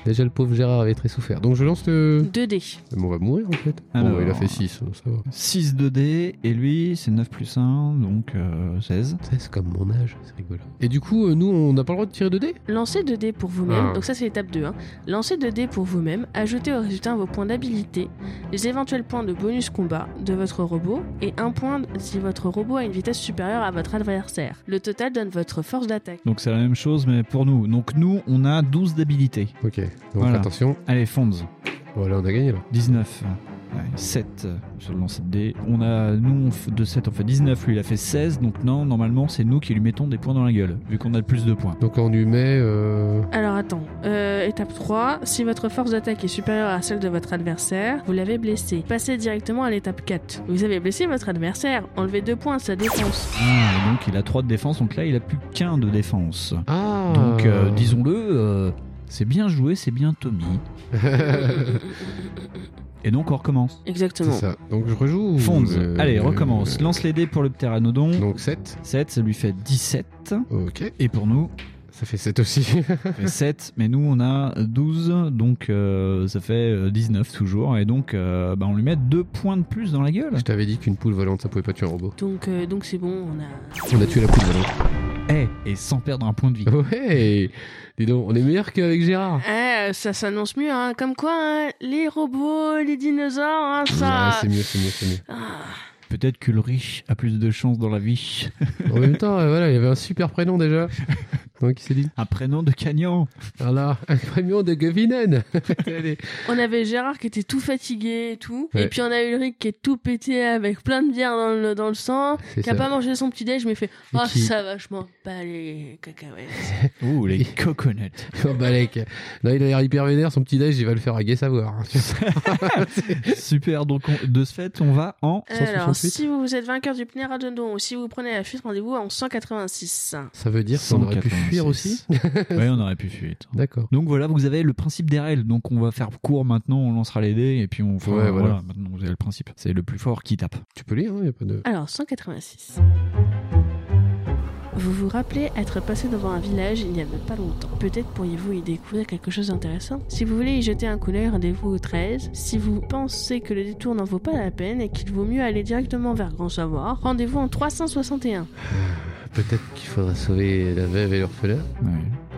C: Déjà, le pauvre Gérard avait très souffert. Donc, je lance le.
B: 2 dés.
C: Mais on va mourir en fait. Bon,
E: Alors.
C: il a fait 6, ça va.
E: 6 de d et lui, c'est 9 plus 1, donc euh, 16.
C: C'est comme mon âge, c'est rigolo. Et du coup, euh, nous, on n'a pas le droit de tirer de dés
B: Lancez 2 dés pour vous-même,
C: Ah.
B: donc ça c'est l'étape 2. Hein. Lancez 2 dés pour vous-même, ajoutez au résultat vos points d'habilité, les éventuels points de bonus combat de votre robot et un point si votre robot a une vitesse supérieure à votre adversaire. Le total donne votre force d'attaque.
E: Donc c'est la même chose, mais pour nous. Donc nous, on a 12 d'habilité.
C: Ok, donc
E: Voilà.
C: attention.
E: Allez, Fonz,
C: Voilà, on a gagné là. 19.
E: 19. Ouais, 7 sur euh, le lancer de dés. On a, nous, on f- de 7, on fait 19, lui, il a fait 16. Donc non, normalement, c'est nous qui lui mettons des points dans la gueule, vu qu'on a le plus de points.
C: Donc, on lui met. euh,
B: Alors attends, Euh, étape 3, si votre force d'attaque est supérieure à celle de votre adversaire, vous l'avez blessé. Passez directement à l'étape 4. Vous avez blessé votre adversaire, enlevez 2 points à sa défense.
E: Ah, et donc il a 3 de défense, donc là, il a plus qu'un de défense.
C: Ah
E: Donc euh, disons-le, euh, c'est bien joué, c'est bien Tommy. Et donc on recommence.
C: C'est
B: Exactement.
C: ça. Donc, je rejoue.
E: Fonz,
C: Euh,
E: allez, recommence.
C: euh,
E: Lance les dés pour le pteranodon.
C: Donc, 7.
E: 7, ça lui fait 17.
C: Ok,
E: Et pour nous,
C: ça fait 7 aussi.
E: ça fait 7. Mais nous, on a 12. Donc, euh, ça fait euh, 19 toujours. Et donc, euh, bah, on lui met 2 points de plus dans la gueule.
C: je t'avais dit qu'une poule volante, ça pouvait pas tuer un robot.
B: Donc euh, donc c'est bon, on a...
C: On a tué la poule volante.
E: Eh, et sans perdre un point de vie.
C: Oh. Ouais Dis donc, on est meilleur qu'avec Gérard.
B: Eh, ça s'annonce mieux, hein. Comme quoi, hein, les robots, les dinosaures, hein,
E: Ah,
C: Ouais,
B: ça.
C: c'est mieux, c'est mieux, c'est mieux.
B: Ah.
E: Peut-être que le riche a plus de chance dans la vie.
C: En même temps, euh, voilà, il y avait un super prénom déjà. Donc, il s'est dit
E: Un prénom de Cagnan.
C: voilà, un prénom de Govinen. Allez.
B: On avait Gérard qui était tout fatigué et tout.
C: Ouais.
B: Et puis on a Ulrich qui est tout pété avec plein de bière dans le, dans le sang,
C: C'est
B: qui a
C: ça.
B: pas mangé son petit déj, mais fait
C: Et
B: Oh,
C: qui-
B: ça vachement pas les cacahuètes.
E: Ouh, les
C: Il-
E: coconuts.
C: Oh, Balek. Là, il a l'air hyper vénère, son petit déj, il va le faire à Gai Savoir. hein, tu sais.
E: Super. Donc, on- de ce fait, on va en.
B: Alors,
C: 168.
B: si vous êtes vainqueur du Pneradondon ou si vous prenez la fuite, rendez-vous en 186.
C: Ça veut dire qu'on aurait pu fuir aussi
E: Ouais, on aurait pu fuir.
C: D'accord.
E: Donc voilà, vous avez le principe des règles. Donc on va faire court maintenant, on lancera les dés et puis on fera.
C: Ouais, voilà.
E: voilà. maintenant vous avez le principe. C'est le plus fort qui tape.
C: Tu peux lire, il n'y a pas de.
B: Alors, 186. Vous vous rappelez être passé devant un village il n'y avait pas longtemps. Peut-être pourriez-vous y découvrir quelque chose d'intéressant. Si vous voulez y jeter un coup d'œil, rendez-vous au 13. Si vous pensez que le détour n'en vaut pas la peine et qu'il vaut mieux aller directement vers Grand Savoir, rendez-vous en 361.
C: Peut-être qu'il faudra sauver la veuve et l'orphelin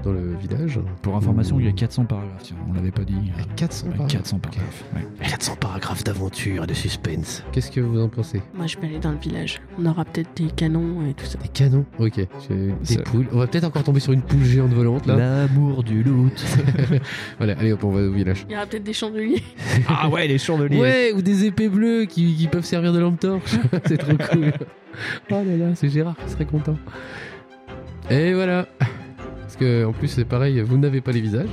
C: dans le village.
E: Pour information, il y a 400 paragraphes. Tiens, on l'avait pas dit. euh,
C: À 400
E: Ouais,
C: paragraphes.
E: 400 paragraphes. ouais.
C: 400 paragraphes d'aventure et de suspense. Qu'est-ce que vous en pensez
B: Moi, je vais aller dans le village. On aura peut-être des canons et tout ça.
C: Des canons Ok. J'ai- Des
E: Ça-
C: poules. On va peut-être encore tomber sur une poule géante volante là.
E: L'amour du loot.
C: voilà, allez hop, on va au village.
B: Il y aura peut-être des chandeliers.
E: ah ouais, les chandeliers.
C: Ouais, ou des épées bleues qui, qui peuvent servir de lampe torche. c'est trop cool. Oh là là, c'est Gérard qui serait content. Et voilà. Parce que en plus c'est pareil, vous n'avez pas les visages.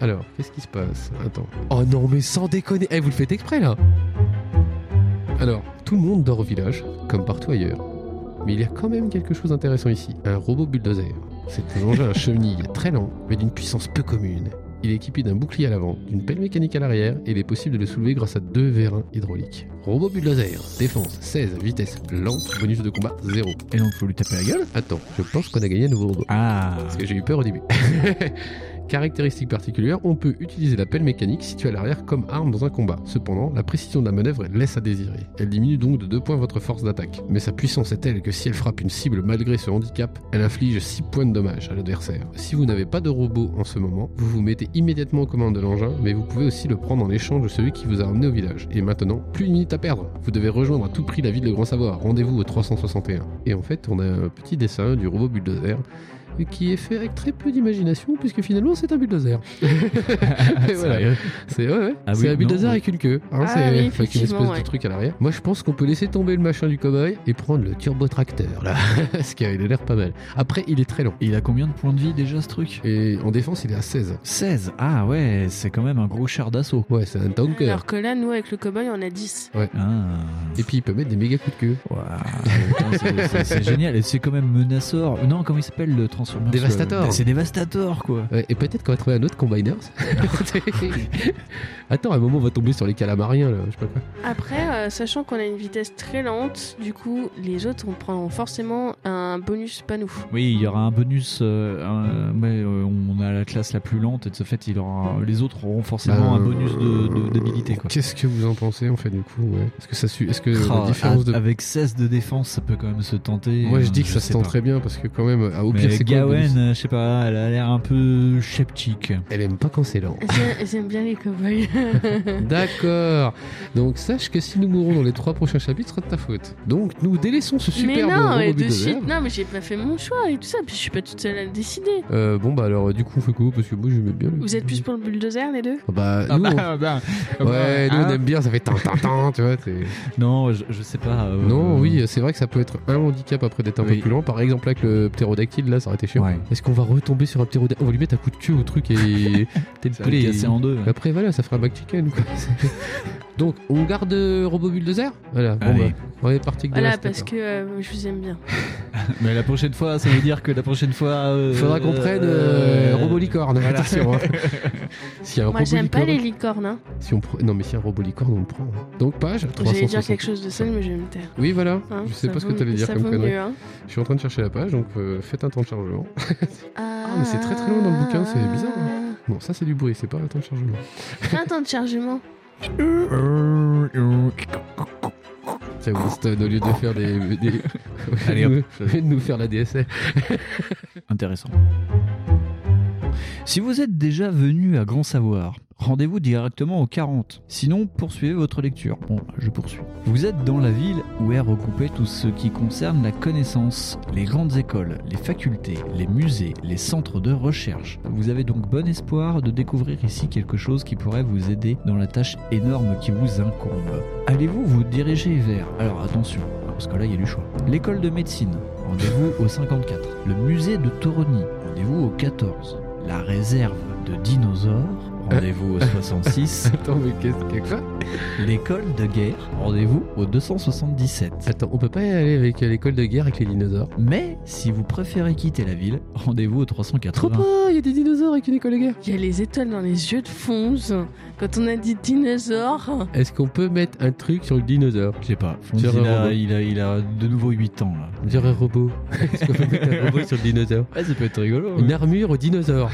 C: Alors, qu'est-ce qui se passe Attends. Oh non, mais sans déconner. Eh, vous le faites exprès là. Alors, tout le monde dort au village, comme partout ailleurs. Mais il y a quand même quelque chose d'intéressant ici. Un robot bulldozer. C'est un engin à chenille très lent, mais d'une puissance peu commune. Il est équipé d'un bouclier à l'avant, d'une pelle mécanique à l'arrière, et il est possible de le soulever grâce à deux vérins hydrauliques. Robot bulldozer, défense 16, vitesse lente, bonus de combat 0.
E: Et donc faut lui taper la gueule.
C: Attends, je pense qu'on a gagné un nouveau robot.
E: Ah.
C: Parce que j'ai eu peur au début. Caractéristique particulière, on peut utiliser la pelle mécanique située à l'arrière comme arme dans un combat. Cependant, la précision de la manœuvre laisse à désirer. Elle diminue donc de 2 points votre force d'attaque. Mais sa puissance est telle que si elle frappe une cible malgré ce handicap, elle inflige 6 points de dommage à l'adversaire. Si vous n'avez pas de robot en ce moment, vous vous mettez immédiatement aux commandes de l'engin, mais vous pouvez aussi le prendre en échange de celui qui vous a ramené au village. Et maintenant, plus une minute à perdre. Vous devez rejoindre à tout prix la ville de Grand Savoir. Rendez-vous au 361. Et en fait, on a un petit dessin du robot bulldozer qui est fait avec très peu d'imagination, puisque finalement c'est un bulldozer. Et voilà.
E: Sérieux
C: C'est ouais, ouais.
E: Ah
C: C'est
E: oui,
C: un bulldozer
E: non,
C: avec une queue. hein,
B: Ah
C: c'est
B: oui,
C: avec une espèce
B: effectivement,
C: de
B: ouais.
C: truc à l'arrière. Moi je pense qu'on peut laisser tomber le machin du cowboy et prendre le turbotracteur là. Parce qu'il a l'air pas mal. Après, il est très lent.
E: Il a combien de points de vie déjà ce truc
C: Et en défense, il est à 16.
E: 16. Ah ouais, c'est quand même un gros char d'assaut.
C: Ouais, c'est un tanker.
B: Alors que là, nous, avec le cowboy, on a 10.
E: Ah.
C: Et puis il peut mettre des méga coups de queue.
E: Waouh, putain, c'est- c'est- c'est génial et c'est quand même menaceur. Non, comment il s'appelle le Transformers.
C: Dévastator.
E: le- C'est Dévastator, quoi.
C: Ouais, et peut-être qu'on va trouver un autre Combiners. Attends, à un moment, on va tomber sur les calamariens, là, je sais pas quoi.
B: Après, euh, sachant qu'on a une vitesse très lente, du coup, les autres on prend forcément un bonus pas nous.
E: Oui, il y aura un bonus. euh, un- mais euh, on a la classe la plus lente et de ce fait, il aura, les autres auront forcément un bonus d'habilité. De, d'habilité, quoi.
C: Bah, Euh, Qu'est-ce que vous en pensez, en fait, du coup ouais. Est-ce que ça suit Est-ce que
E: Ah,
C: la différence de.
E: Avec 16 de défense, ça peut quand même se tenter.
C: Moi, je
E: Euh,
C: dis que ça
E: sais
C: se
E: pas.
C: tend très bien parce que, quand même, ah, au
E: Mais
C: pire, c'est quoi le bonus
E: Gawen, euh, je sais pas, elle a l'air un peu sceptique.
C: Elle aime pas quand c'est lent.
B: J'aime- J'aime bien les cowboys.
C: D'accord. Donc sache que si nous mourons dans les trois prochains chapitres, ce sera de ta faute. Donc nous délaissons ce
B: mais
C: superbe
B: non, mais
C: robot
B: de
C: bulldozer.
B: suite, non, mais j'ai pas fait mon choix et tout ça, puis je suis pas toute seule à le décider.
C: Euh, bon bah alors euh, du coup on fait quoi Parce que moi j'aimais bien. le-
B: Vous êtes plus pour le bulldozer, les deux
C: Ah Bah hein nous, on... ouais, nous on
E: hein.
C: aime bien, ça fait tant tant tant, tu vois. t'es-
E: Non, je, je sais pas. euh,
C: Non, oui, c'est vrai que ça peut être un handicap après d'être un peu
E: Oui.
C: plus lent. Par exemple avec le ptérodactyle là, ça aurait été chiant.
E: Ouais.
C: Est-ce qu'on va retomber sur un ptérodactyle On va lui mettre un coup de queue au truc et peut-être
E: Ça va être
C: les-
E: cassé en deux.
C: Après voilà, ça fera un back chicken quoi. Donc on garde euh, Robot Bulldozer Voilà, bon
E: Allez.
C: bah, on est parti avec
B: Voilà,
C: Devastator.
B: parce que euh, je vous aime bien.
E: Mais la prochaine fois, ça veut dire que la prochaine fois. euh,
C: Faudra qu'on
E: euh,
C: prenne euh, Robot Licorne,
E: voilà.
C: attention. hein. S'il y a un
B: Moi,
C: robot
B: j'aime pas
C: licorne-
B: les licornes. Hein.
C: si on pre- Non, mais si un Robot Licorne, on le prend. hein. Donc, page 360.
B: J'allais dire quelque chose de seul, mais je vais me taire.
C: Oui, voilà.
B: hein.
C: Je sais
B: Ça
C: pas ce que
B: vaut-
C: t'allais dire
B: ça
C: comme
B: vaut
C: connerie.
B: mieux, hein.
C: Je suis en train de chercher la page, donc euh, faites un temps de chargement.
B: Ah,
C: mais c'est très, très loin dans le bouquin, c'est bizarre, hein. Bon, ça, c'est du bruit, c'est pas un temps de chargement.
B: Fais Un temps de chargement.
E: euh,
C: Tiens, Winston, au lieu de faire des. des-
E: Allez,
C: au lieu
E: hop.
C: de- au lieu de nous faire la DSL.
E: Intéressant. Si vous êtes déjà venu à Grand Savoir, rendez-vous directement au 40. Sinon, poursuivez votre lecture. Bon, je poursuis. Vous êtes dans la ville où est recoupé tout ce qui concerne la connaissance, les grandes écoles, les facultés, les musées, les centres de recherche. Vous avez donc bon espoir de découvrir ici quelque chose qui pourrait vous aider dans la tâche énorme qui vous incombe. Allez-vous vous diriger vers... Alors attention, parce que là, il y a du choix. L'école de médecine, rendez-vous au 54. Le musée de Toroni, rendez-vous au 14. La réserve de dinosaures, rendez-vous au 66.
C: Attends, mais qu'est-ce qu'il y a quoi
E: L'école de guerre, rendez-vous au 277.
C: Attends, on peut pas y aller avec euh, l'école de guerre avec les dinosaures
E: Mais si vous préférez quitter la ville, rendez-vous au
C: Trop
E: 380.
C: pas Il y a des dinosaures avec une école de guerre
B: Il y a les étoiles dans les yeux de Fonz. Quand on a dit dinosaure,
C: Est-ce qu'on peut mettre un truc sur le dinosaure
E: Je sais pas, Fonz,
C: Tiens,
E: il,
C: Robo.
E: a, il, a, il a de nouveau 8 ans là.
C: On dirait un robot. Est-ce qu'on peut mettre un robot sur le dinosaure
E: Ouais, ça peut être rigolo.
C: Une armure au dinosaure.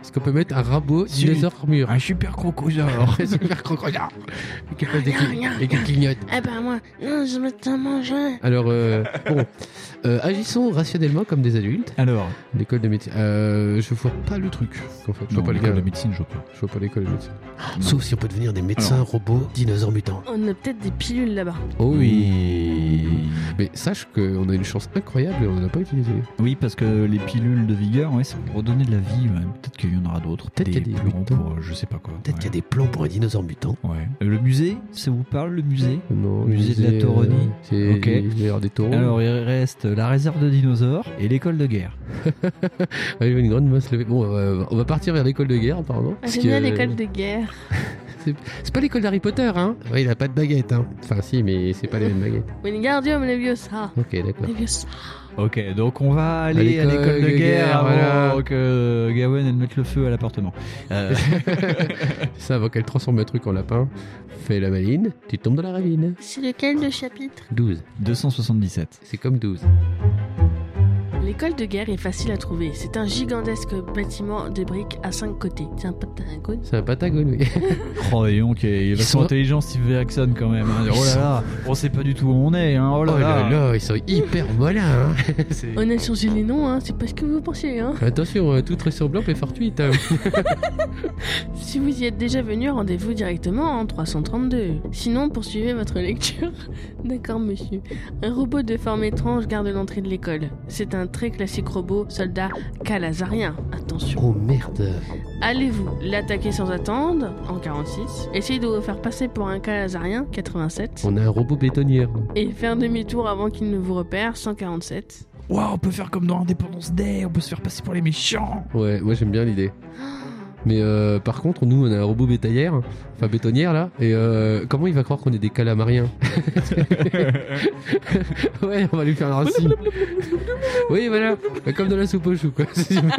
C: Est-ce qu'on peut mettre un rabot
E: Si.
C: dinosaure armure
E: Un super crocosaure.
C: super crocodile Et qui passe des
B: Regarde,
C: clign-
B: regarde,
C: et qui clignote.
B: ah bah moi, non, je vais t'en manger.
C: Alors, euh, bon, Euh, agissons rationnellement comme des adultes.
E: Alors,
C: L'école de médecine. Euh, je vois pas le truc. En fait, je vois
E: non,
C: pas
E: l'école de
C: l'école.
E: médecine, je crois.
C: Je vois pas l'école de médecine.
E: Non.
C: Sauf si on peut devenir des médecins, robots, dinosaures mutants.
B: On a peut-être des pilules là-bas.
C: Oh
E: Oui.
C: Mais sache qu'on a une chance incroyable et on n'a pas utilisé.
E: Oui, parce que les pilules de vigueur, ouais, ça pour redonner de la vie. ouais. Peut-être qu'il y en aura d'autres.
C: Peut-être qu'il y a des
E: plans
C: mutants.
E: pour, euh, je sais pas quoi. ouais.
C: des plans pour un dinosaure mutant.
E: Ouais. Euh, Le musée, ça vous parle le musée
C: Non, le
E: Musée de la Tauronie.
C: C'est
E: Ok.
C: il va y avoir des taureaux.
E: Alors il reste la réserve de dinosaures et l'école de guerre.
C: Ah, il y a une grande masse levée. Bon, euh, on va partir vers l'école de guerre, apparemment.
B: Ah,
C: Parce
B: J'aime
C: que- euh,
B: bien l'école de guerre.
C: C'est pas l'école d'Harry Potter, hein Ouais, il a pas de baguette, hein. Enfin, si, mais c'est pas les mêmes baguettes.
B: Wingardium Leviosa.
C: Ok, d'accord.
B: Leviosa.
E: Ok, donc on va aller à
C: l'école
E: l'école de,
C: de
E: guerre,
C: guerre,
E: avant
C: voilà.
E: que Gawen elle mette le feu à l'appartement. Euh,
C: Ça, avant qu'elle transforme le truc en lapin, fais la maline, tu tombes dans la ravine.
B: C'est lequel de chapitre
C: 12.
E: 277.
C: C'est comme 12.
B: L'école de guerre est facile à trouver. C'est un gigantesque bâtiment de briques à cinq côtés. C'est un pentagone.
C: C'est un patagone, oui.
E: Oh, et donc, il est
C: Ils
E: vachement
C: sont-
E: intelligent Steve Jackson quand même. hein. Oh là là, on sait pas du tout où on est. Hein. Oh là là.
C: ils sont hyper malins, hein. C'est-
B: On a changé les noms, hein. c'est pas ce que vous pensez. Hein.
C: Attention, euh, toute ressemblance est fortuite. hein.
B: Si vous y êtes déjà venu, rendez-vous directement en 332. Sinon, poursuivez votre lecture. D'accord, monsieur. Un robot de forme étrange garde l'entrée de l'école. C'est un très classique robot soldat calazarien. Attention.
C: oh merde.
B: Allez-vous l'attaquer sans attendre en 46 Essayez de vous faire passer pour un calazarien 87
C: On a un robot bétonnière.
B: Et faire demi-tour avant qu'il ne vous repère 147
E: Waouh, on peut faire comme dans Independence Day, on peut se faire passer pour les méchants.
C: Ouais, moi j'aime bien l'idée. Mais euh, par contre, nous, on a un robot bétaillère, enfin bétonnière là, et euh, comment il va croire qu'on est des calamariens Ouais, on va lui faire un racine. oui, voilà, comme dans la soupe au chou, quoi. C'est super.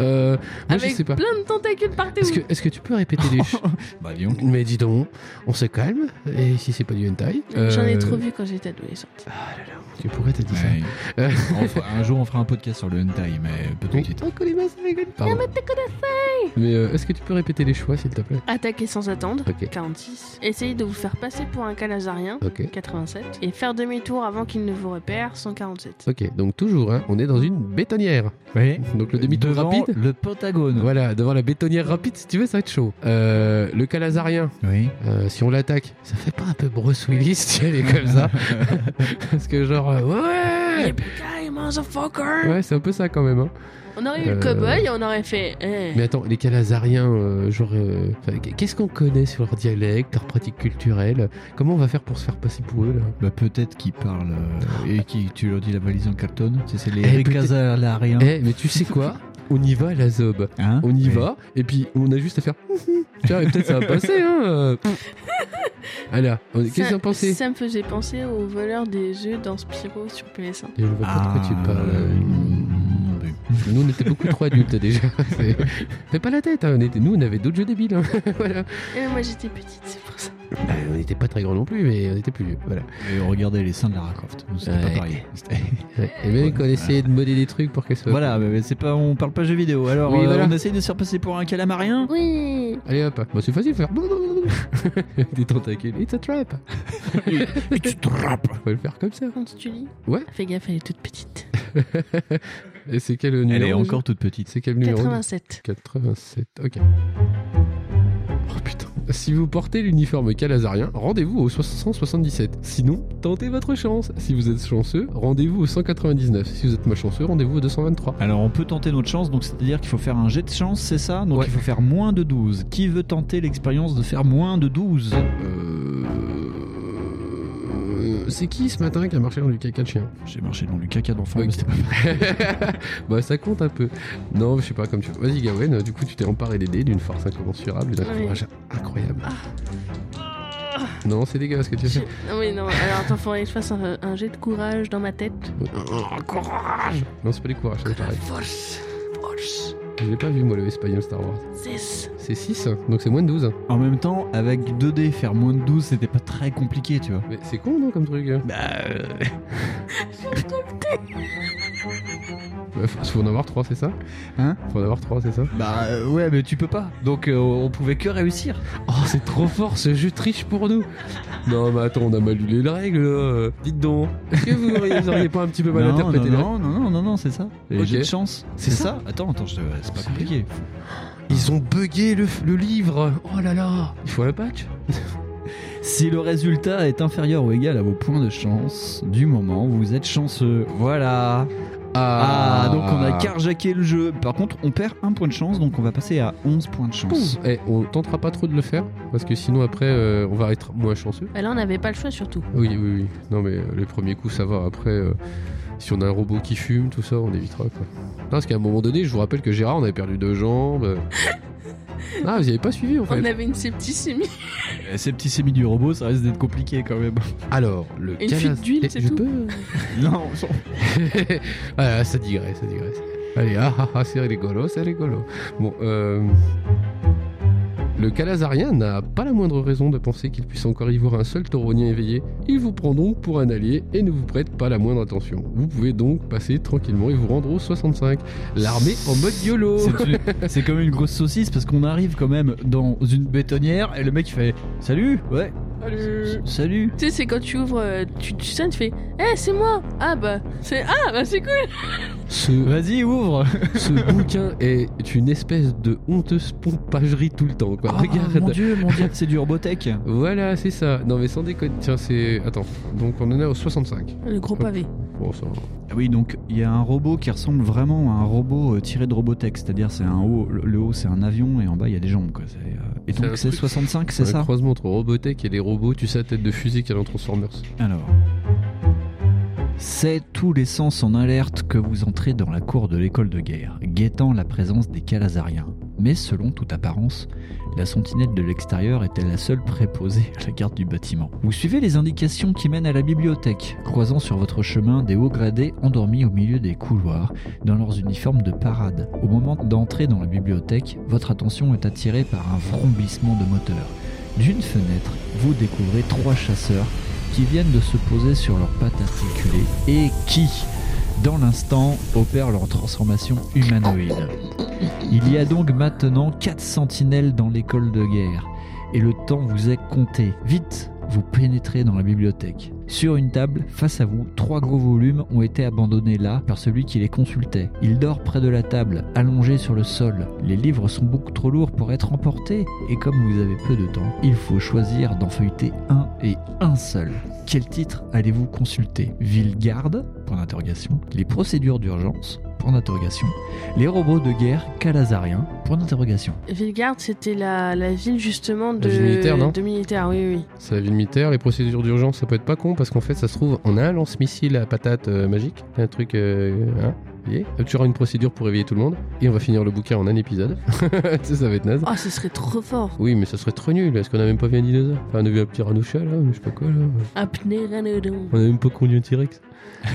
C: euh, moi,
B: Avec
C: je sais pas.
B: plein de tentacules partout.
C: Est-ce que, est-ce que tu peux répéter les ch-
E: Bah, dis donc.
C: Mais dis donc, on se calme, et si c'est pas du hentai
B: J'en ai
C: euh,
B: trop vu quand j'étais adolescente.
C: Tu pourrais t'as dit ça
E: Ouais.
C: Euh.
E: On fera- un jour, on fera un podcast sur le hentai, mais
C: Oui.
E: peut-être titre.
C: Pardon. Mais euh, est-ce que tu peux répéter les choix, s'il te plaît
B: Attaquer sans attendre.
C: Ok.
B: 46. Essayez de vous faire passer pour un calazarien.
C: Ok.
B: 87. Et faire demi-tour avant qu'il ne vous repère. 147.
C: Ok, donc toujours, hein, on est dans une bétonnière. Donc le demi-tour
E: Devant
C: rapide.
E: Le Pentagone.
C: Voilà, devant la bétonnière rapide, si tu veux, ça va être chaud. Euh, le calazarien,
E: Oui.
C: euh, si on l'attaque, ça fait pas un peu Bruce Willis si elle est comme ça Parce que genre, euh, ouais
B: Yippee-ki-yay, Eh, motherfucker
C: Ouais, c'est un peu ça quand même. hein.
B: On aurait eu le
C: Euh,
B: cowboy et on aurait fait. eh.
C: Mais attends, les calazariens, euh, genre, euh, enfin, qu'est-ce qu'on connaît sur leur dialecte, leur pratique culturelle Comment on va faire pour se faire passer pour eux là
E: Bah, peut-être qu'ils parlent euh, et qui tu leur dis la valise en carton. Tu sais, c'est les
C: Eh,
E: eh,
C: peut-être.
E: rien.
C: Eh, mais tu sais quoi On y va à la zob.
E: Hein
C: On y
E: Oui.
C: va, et puis on a juste à faire. Tiens, et peut-être ça va passer, hein euh, Alors, on- qu'est-ce que
B: ça,
C: t'en pensais
B: ça me faisait penser au voleur des œufs dans Spiro sur PS1.
C: Je vois pas de quoi tu parles.
E: euh, non plus.
C: Nous, on était beaucoup trop adultes déjà. C'est- Fais pas la tête, hein, on était... nous, on avait d'autres jeux débiles. hein, voilà.
B: Et Ah, moi j'étais petite, c'est pour ça.
C: Bah, on n'était pas très grands non plus, mais on était plus vieux. Voilà.
E: Et regardez les seins de Lara Croft. Nous, C'était
C: Ouais.
E: pas pareil. C'était-
C: Ouais. Et même quand on essayait de modder des trucs pour qu'elles soient.
E: Voilà, mais mais c'est pas, on parle pas jeux vidéo. Alors,
C: Oui,
E: euh,
C: voilà.
E: on essaye de se faire passer pour un calamarien.
B: Oui
C: Allez hop, bah, c'est facile de faire. des tentacules. It's a trap.
E: Et tu te rappes.
C: On va le faire comme ça.
B: Quand tu lis
C: Ouais.
B: Fais gaffe, elle est toute petite.
C: Et c'est quel numéro
E: Elle est
C: déjà
E: encore toute petite.
C: C'est quel numéro
B: 87.
C: 87, ok. Oh putain. Si vous portez l'uniforme calazarien, rendez-vous au 677. Sinon, tentez votre chance. Si vous êtes chanceux, rendez-vous au 199. Si vous êtes malchanceux, rendez-vous au 223.
E: Alors, on peut tenter notre chance, donc c'est-à-dire qu'il faut faire un jet de chance, c'est ça Donc,
C: Ouais.
E: il faut faire moins de 12. Qui veut tenter l'expérience de faire moins de 12
C: Euh... C'est qui ce matin qui a marché dans du caca de chien
E: J'ai marché dans le caca d'enfant,
C: Ok.
E: mais c'était pas
C: Bah ça compte un peu. Non, je sais pas comme tu veux. Vas-y Gawen, du coup tu t'es emparé des dés d'une force incommensurable, d'un
B: Oui.
C: courage incroyable. Non, c'est dégueulasse ce que tu fais.
B: Ah oui, non, alors attends, faudrait que je fasse un, un jet de courage dans ma tête.
C: courage Non, c'est pas les courages, c'est pareil.
B: Force Force
C: Je l'ai pas vu, moi, le espagnol Star Wars.
B: 6
C: C'est 6, donc c'est moins de 12.
E: En même temps, avec 2D, faire moins de 12, c'était pas très compliqué, tu vois.
C: Mais c'est con, non, comme truc hein
E: Bah,
C: Bah, Faut faut en avoir 3, c'est ça
E: Hein
C: Faut en avoir 3, c'est ça
E: bah euh, ouais, mais tu peux pas. Donc euh, on pouvait que réussir.
C: Oh, c'est trop fort, ce jeu triche pour nous Non, mais attends, on a mal lu les règles, là. euh. Dites donc, est-ce que vous auriez, vous auriez pas un petit peu mal
E: non,
C: interprété les
E: non, non, non, non, non, non, c'est ça. Les
C: Ok.
E: jeux de chance.
C: C'est ça
E: Attends, attends, je- c'est pas
C: C'est
E: compliqué.
C: Ils ont bugué le, le livre Oh là là Il faut un patch
E: Si le résultat est inférieur ou égal à vos points de chance du moment, vous êtes chanceux. Voilà. Ah, donc on a carjacké le jeu. Par contre, on perd un point de chance, donc on va passer à 11 points de chance.
C: Eh, on tentera pas trop de le faire, parce que sinon après euh, on va être moins chanceux.
B: Bah là, on n'avait pas le choix surtout.
C: Oui, oui, oui. Non, mais euh, les premiers coups, ça va. Après, euh, si on a un robot qui fume, tout ça, on évitera. Quoi. Non, parce qu'à un moment donné, je vous rappelle que Gérard, on avait perdu deux jambes. Ah, vous avez pas suivi en fait.
B: On avait une septicémie.
E: Euh, Ces petits semis du robot, ça risque d'être compliqué quand même.
C: Alors, le
B: Une
C: calas-
B: fuite d'huile,
C: Eh,
B: c'est
C: je
B: tout.
C: peux
E: non,
C: ah, ça digresse, ça digresse. Allez, ah, ah, ah, c'est rigolo, c'est rigolo. Bon, euh... Le calazarien n'a pas la moindre raison de penser qu'il puisse encore y voir un seul tauronien éveillé. Il vous prend donc pour un allié et ne vous prête pas la moindre attention. Vous pouvez donc passer tranquillement et vous rendre au 65. L'armée en mode YOLO
E: C'est une- C'est comme une grosse saucisse parce qu'on arrive quand même dans une bétonnière et le mec il fait Salut Ouais S- Salut
B: Tu sais, c'est quand tu ouvres, euh, tu, tu sonnes, tu fais Eh, c'est moi Ah bah, c'est ah, bah, c'est cool
C: Ce,
E: Vas-y ouvre
C: ce bouquin est une espèce de honteuse pompagerie tout le temps, quoi. Regarde
E: Ah, Mon dieu, mon dieu, c'est du robotech
C: Voilà, c'est ça. Non mais sans déconner. Tiens, c'est... Attends. Donc on en est au 65.
B: Le gros pavé.
C: Bon, ça... va.
E: Ah Oui, donc il y a un robot qui ressemble vraiment à un robot euh, tiré de Robotech, c'est-à-dire c'est un haut, le le haut c'est un avion et en bas il y a des jambes quoi. c'est, euh, Et
C: C'est un
E: donc c'est
C: truc-
E: 65, c'est
C: Un
E: ça
C: croisement entre Robotech et les robots, tu sais, à tête de fusil qu'il y a dans Transformers.
E: Alors. C'est tous les sens en alerte que vous entrez dans la cour de l'école de guerre, guettant la présence des Calazariens. Mais selon toute apparence, la sentinelle de l'extérieur était la seule préposée à la garde du bâtiment. Vous suivez les indications qui mènent à la bibliothèque, croisant sur votre chemin des hauts gradés endormis au milieu des couloirs, dans leurs uniformes de parade. Au moment d'entrer dans la bibliothèque, votre attention est attirée par un vrombissement de moteur. D'une fenêtre, vous découvrez trois chasseurs qui viennent de se poser sur leurs pattes articulées et qui, dans l'instant, opèrent leur transformation humanoïde. Il y a donc maintenant 4 sentinelles dans l'école de guerre et le temps vous est compté. Vite, vous pénétrez dans la bibliothèque. Sur une table, face à vous, trois gros volumes ont été abandonnés là par celui qui les consultait. Il dort près de la table, allongé sur le sol. Les livres sont beaucoup trop lourds pour être emportés, et comme vous avez peu de temps, il faut choisir d'en feuilleter un et un seul. Quel titre allez-vous consulter Villegarde Point d'interrogation. Les procédures d'urgence Point d'interrogation. Les robots de guerre calazariens Point d'interrogation.
B: Villegarde, c'était la, la ville justement de,
C: ville militaire, non
B: de militaires, oui, oui.
C: C'est la ville militaire, les procédures d'urgence, ça peut être pas con parce qu'en fait, ça se trouve, on a un lance-missile à patate euh, magique, un truc. Euh, hein, éveillé. Euh, tu auras une procédure pour réveiller tout le monde et on va finir le bouquin en un épisode. tu sais, ça va être naze.
B: Oh, ce serait trop fort.
C: Oui, mais ça serait trop nul. Est-ce qu'on a même pas vu un dinosaure Enfin, on a vu un petit ranoucha là, ou je sais pas quoi là.
B: Apnéranodon.
C: On a même pas conduit un T-Rex.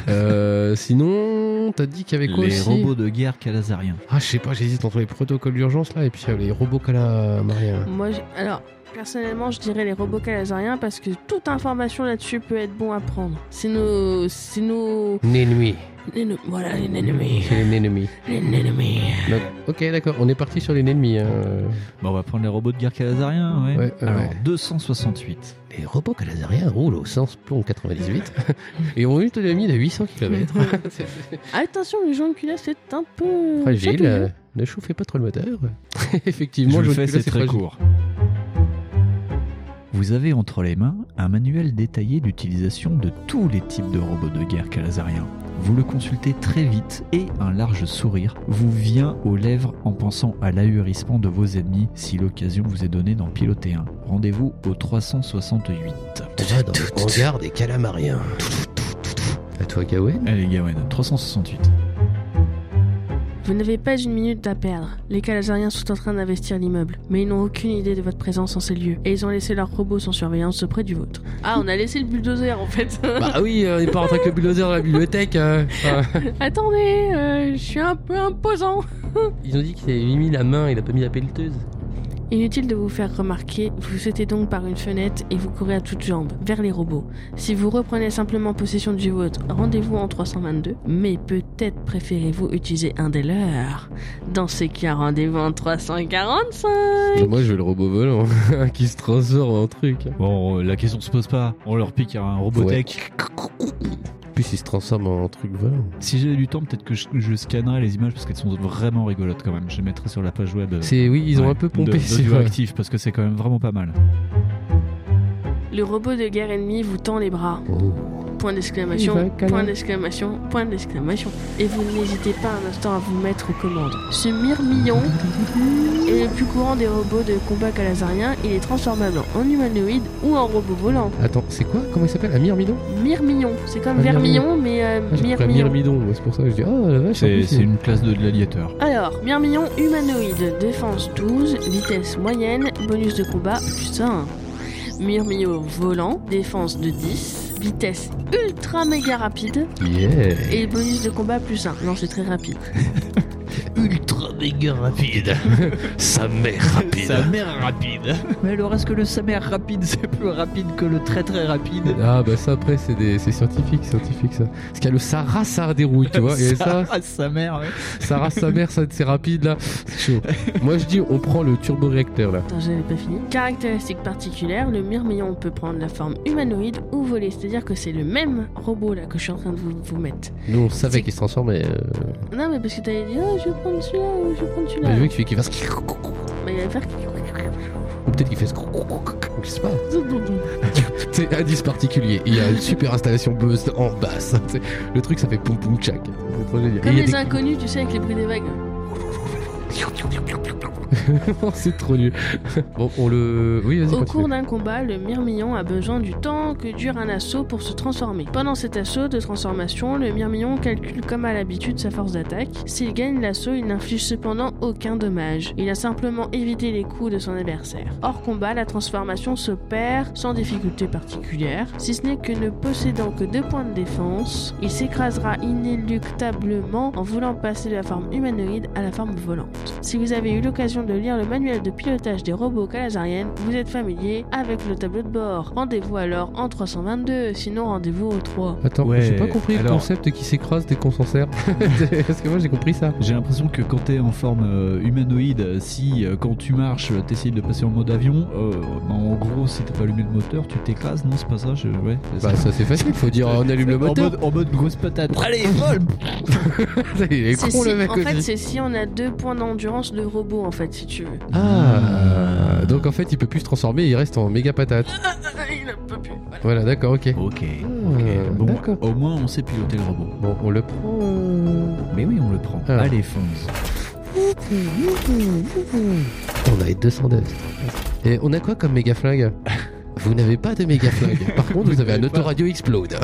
C: Euh, sinon, t'as dit qu'il y avait quoi
E: Les
C: aussi
E: robots de guerre calazariens.
C: Ah, je sais pas, j'hésite entre les protocoles d'urgence là et puis euh, les robots qu'elle a euh, Maria.
B: Moi, j'- alors, personnellement, je dirais les robots calazariens parce que toute information là-dessus peut être bon à prendre. C'est nos. C'est nos.
C: Un ennemi.
B: les nos- Voilà, les ennemis.
C: C'est un ennemi.
B: Les ennemis.
C: Donc, ok, d'accord, on est parti sur les ennemis. hein.
E: Bon, on va prendre les robots de guerre calazariens, ouais.
C: Ouais, ouais,
E: Alors,
C: ouais.
E: 268.
C: Les robots calazariens roulent au sens plomb 98 et ont une autonomie de 800 km.
B: Attention, le joint de culasse, c'est un peu.
C: Fragile,
B: chatouilleux.
C: euh, ne chauffez pas trop le moteur. Effectivement,
E: je le
C: jaune
E: fais,
C: culotte,
E: c'est très
C: fragile.
E: court. Vous avez entre les mains un manuel détaillé d'utilisation de tous les types de robots de guerre calazariens. Vous le consultez très vite et un large sourire vous vient aux lèvres en pensant à l'ahurissement de vos ennemis si l'occasion vous est donnée d'en piloter un. Rendez-vous au 368.
C: Déjà dans le hangar des calamariens. À toi, Gawen.
E: Allez Gawain, 368.
B: Vous n'avez pas une minute à perdre. Les Calazariens sont en train d'investir l'immeuble, mais ils n'ont aucune idée de votre présence en ces lieux, et ils ont laissé leurs robots sans surveillance près du vôtre. Ah, on a laissé le bulldozer en fait.
C: Bah oui, euh, on n'est pas rentré avec le bulldozer dans la bibliothèque. hein. Enfin,
B: Attendez, euh, je suis un peu imposant.
C: ils ont dit qu'il avait mis la main, il a pas mis la pelleteuse.
B: Inutile de vous faire remarquer, vous sautez donc par une fenêtre et vous courez à toutes jambes vers les robots. Si vous reprenez simplement possession du vôtre, rendez-vous en 322, mais peut-être préférez-vous utiliser un des leurs. Dans ces cas, rendez-vous en 345.
C: Moi, je veux le robot volant hein, qui se transforme en truc.
E: Bon, euh, la question se pose pas. On leur pique un robotech.
C: Puis il se transforme en truc volant.
E: Si j'avais du temps, peut-être que je, je scannerais les images parce qu'elles sont vraiment rigolotes quand même. Je les mettrai sur la page web. euh,
C: C'est oui, ils ont
E: ouais,
C: un peu pompé.
E: de-
C: c'est
E: d'audio
C: vrai.
E: actif parce que c'est quand même vraiment pas mal.
B: Le robot de guerre ennemi vous tend les bras.
C: Oh.
B: Point
C: Il va
B: d'exclamation,
C: caler.
B: point d'exclamation, point d'exclamation. Et vous n'hésitez pas un instant à vous mettre aux commandes. Ce mirmillon est le plus courant des robots de combat calazarien. Il est transformable en humanoïde ou en robot volant.
C: Attends, c'est quoi Comment il s'appelle Amir Midon
B: Mirmillon, c'est comme
C: Ah,
B: vermillon, mais euh,
C: Ah, j'ai pris Amir
B: mirmillon.
C: Midon, moi, c'est pour ça que je dis Oh la vache, en
E: C'est
C: plus,
E: c'est
C: il-
E: une classe de gladiateurs.
B: Alors, mirmillon humanoïde, défense 12, vitesse moyenne, bonus de combat plus 1. Mirmillon volant, défense de 10, vitesse ultra méga rapide,
C: Yeah
B: Et bonus de combat plus 1. Non, c'est très rapide.
C: Ultra méga rapide Sa mère rapide
E: mère rapide. Mais alors est-ce que le sa mère rapide c'est plus rapide que le très très rapide
C: Ah bah ça après c'est des c'est scientifique scientifique ça. Parce qu'il y a le Sarah ça dérouille tu vois et ça
E: sa mère. ouais.
C: Sarah sa mère ça c'est rapide là. C'est chaud. Moi je dis on prend le turboréacteur là.
B: Attends, j'avais pas fini. Caractéristiques particulières, le myrmillon peut prendre la forme humanoïde ou volée. C'est-à-dire que c'est le même robot là que je suis en train de vous, vous mettre.
C: Nous on savait
B: C'est-
C: qu'il se transformait. euh,
B: Non, mais parce que t'avais dit, oh, je vais prendre celui-là ou Bah, je vais prendre celui-là.
C: Mais le mec qui fait qu'il fasse ou
B: Mais il va faire.
C: peut-être qu'il fait ce je sais pas. C'est indice particulier. Il y a une super installation buzz en basse. C'est- Le truc ça fait poum poum tchac. C'est trop génial. Et
B: Comme
C: il y a
B: les
C: des-
B: inconnus, tu sais, avec les bruits des vagues.
C: c'est trop nul. Bon, on le. Oui, vas-y,
B: Au
C: continue.
B: cours d'un combat, le Myrmillon a besoin du temps que dure un assaut pour se transformer. Pendant cet assaut de transformation, le Myrmillon calcule comme à l'habitude sa force d'attaque. S'il gagne l'assaut, il n'inflige cependant aucun dommage. Il a simplement évité les coups de son adversaire. Hors combat, la transformation s'opère sans difficulté particulière, si ce n'est que ne possédant que deux points de défense, il s'écrasera inéluctablement en voulant passer de la forme humanoïde à la forme volante. Si vous avez eu l'occasion de lire le manuel de pilotage des robots calazariennes, vous êtes familier avec le tableau de bord. Rendez-vous alors en 322, sinon rendez-vous au 3.
C: Attends,
E: Ouais,
C: j'ai pas compris le
E: alors-
C: concept qui s'écrase dès qu'on s'en sert. Parce que moi j'ai compris ça.
E: J'ai l'impression que quand t'es en forme euh, humanoïde, si euh, quand tu marches, euh, t'essayes de passer en mode avion, euh, bah, en gros, si t'as pas allumé le moteur, tu t'écrases, non C'est pas ça je- Ouais, c'est
C: Bah ça c'est facile, faut dire on allume le
E: En
C: moteur.
E: mode, en mode grosse patate. Allez, vol
C: Il est
B: C'est
C: con
B: si-
C: le mec
B: en fait,
C: aussi.
B: c'est si on a deux points d'endurance de robot, en fait, si tu veux.
C: Ah, donc en fait il peut plus se transformer, il reste en méga patate.
B: Ah, Il a pas pu. Voilà.
C: Voilà, d'accord, ok.
E: Ok.
C: Ah,
E: ok. Bon,
C: d'accord.
E: au moins, on sait piloter le robot.
C: Bon, on le prend. euh,
E: Mais oui, on le prend.
C: Ah.
E: Allez, fonce.
C: On a les 209. Et on a quoi comme méga flingue Vous n'avez pas de méga flingue. Par contre, vous avez un autoradio explode.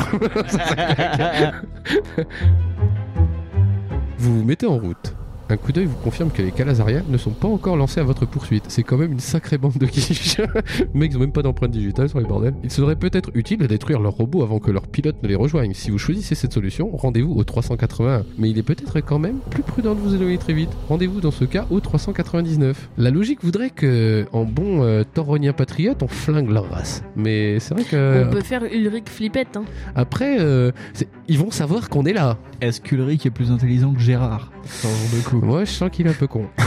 C: vous vous mettez en route. Un coup d'œil vous confirme que les Calazariens ne sont pas encore lancés à votre poursuite. C'est quand même une sacrée bande de quiches. Mais ils ont même pas d'empreinte digitale sur les bordels. Il serait peut-être utile de détruire leur robot avant que leur pilote ne les rejoigne. Si vous choisissez cette solution, rendez-vous au 381. Mais il est peut-être quand même plus prudent de vous éloigner très vite. Rendez-vous dans ce cas au 399. La logique voudrait que, en bon euh, tauronien patriote, on flingue leur race. Mais c'est vrai que
B: On peut faire Ulrich Flippette, hein.
C: après, euh, c'est- ils vont savoir qu'on est là.
E: Est-ce qu'Ulrich est plus intelligent que Gérard Sans genre de coup.
C: Moi, je sens qu'il est un peu con.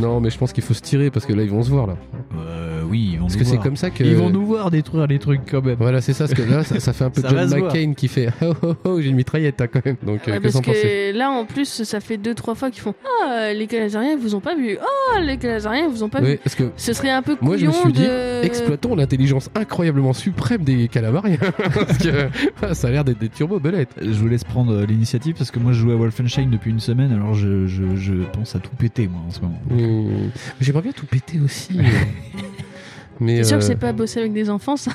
C: non, mais je pense qu'il faut se tirer parce que là, ils vont se voir là.
E: Euh, oui, ils vont
C: Parce
E: nous
C: que c'est
E: voir.
C: comme ça que.
D: Ils vont nous voir détruire les trucs quand même.
C: Voilà, c'est ça, parce que là, ça, ça fait un peu
E: Ça va
C: John
E: se voir.
C: McCain qui fait Oh oh oh, j'ai une mitraillette hein, quand même. Donc, euh,
B: Ouais,
C: qu'est-ce
B: parce
C: qu'on pensez
B: que là, en plus, ça fait deux trois fois qu'ils font Ah, les Calazariens vous ont pas vu. Ah, les Calazariens vous ont pas
C: Oui,
B: vu. Euh,
C: parce que
B: Ce serait un peu couillon
C: Moi, je me suis dit,
B: de.
C: exploitons l'intelligence incroyablement suprême des calamariens. parce que ah, ça a l'air d'être des turbo-belettes.
E: Je vous laisse prendre euh, l'initiative parce que moi je joue à Wolfenstein depuis une semaine alors je, je- je pense à tout péter moi en ce moment.
C: Hmm. J'aimerais bien tout péter aussi. Mais
B: T'es sûr que
C: euh,
B: c'est pas bosser avec des enfants, ça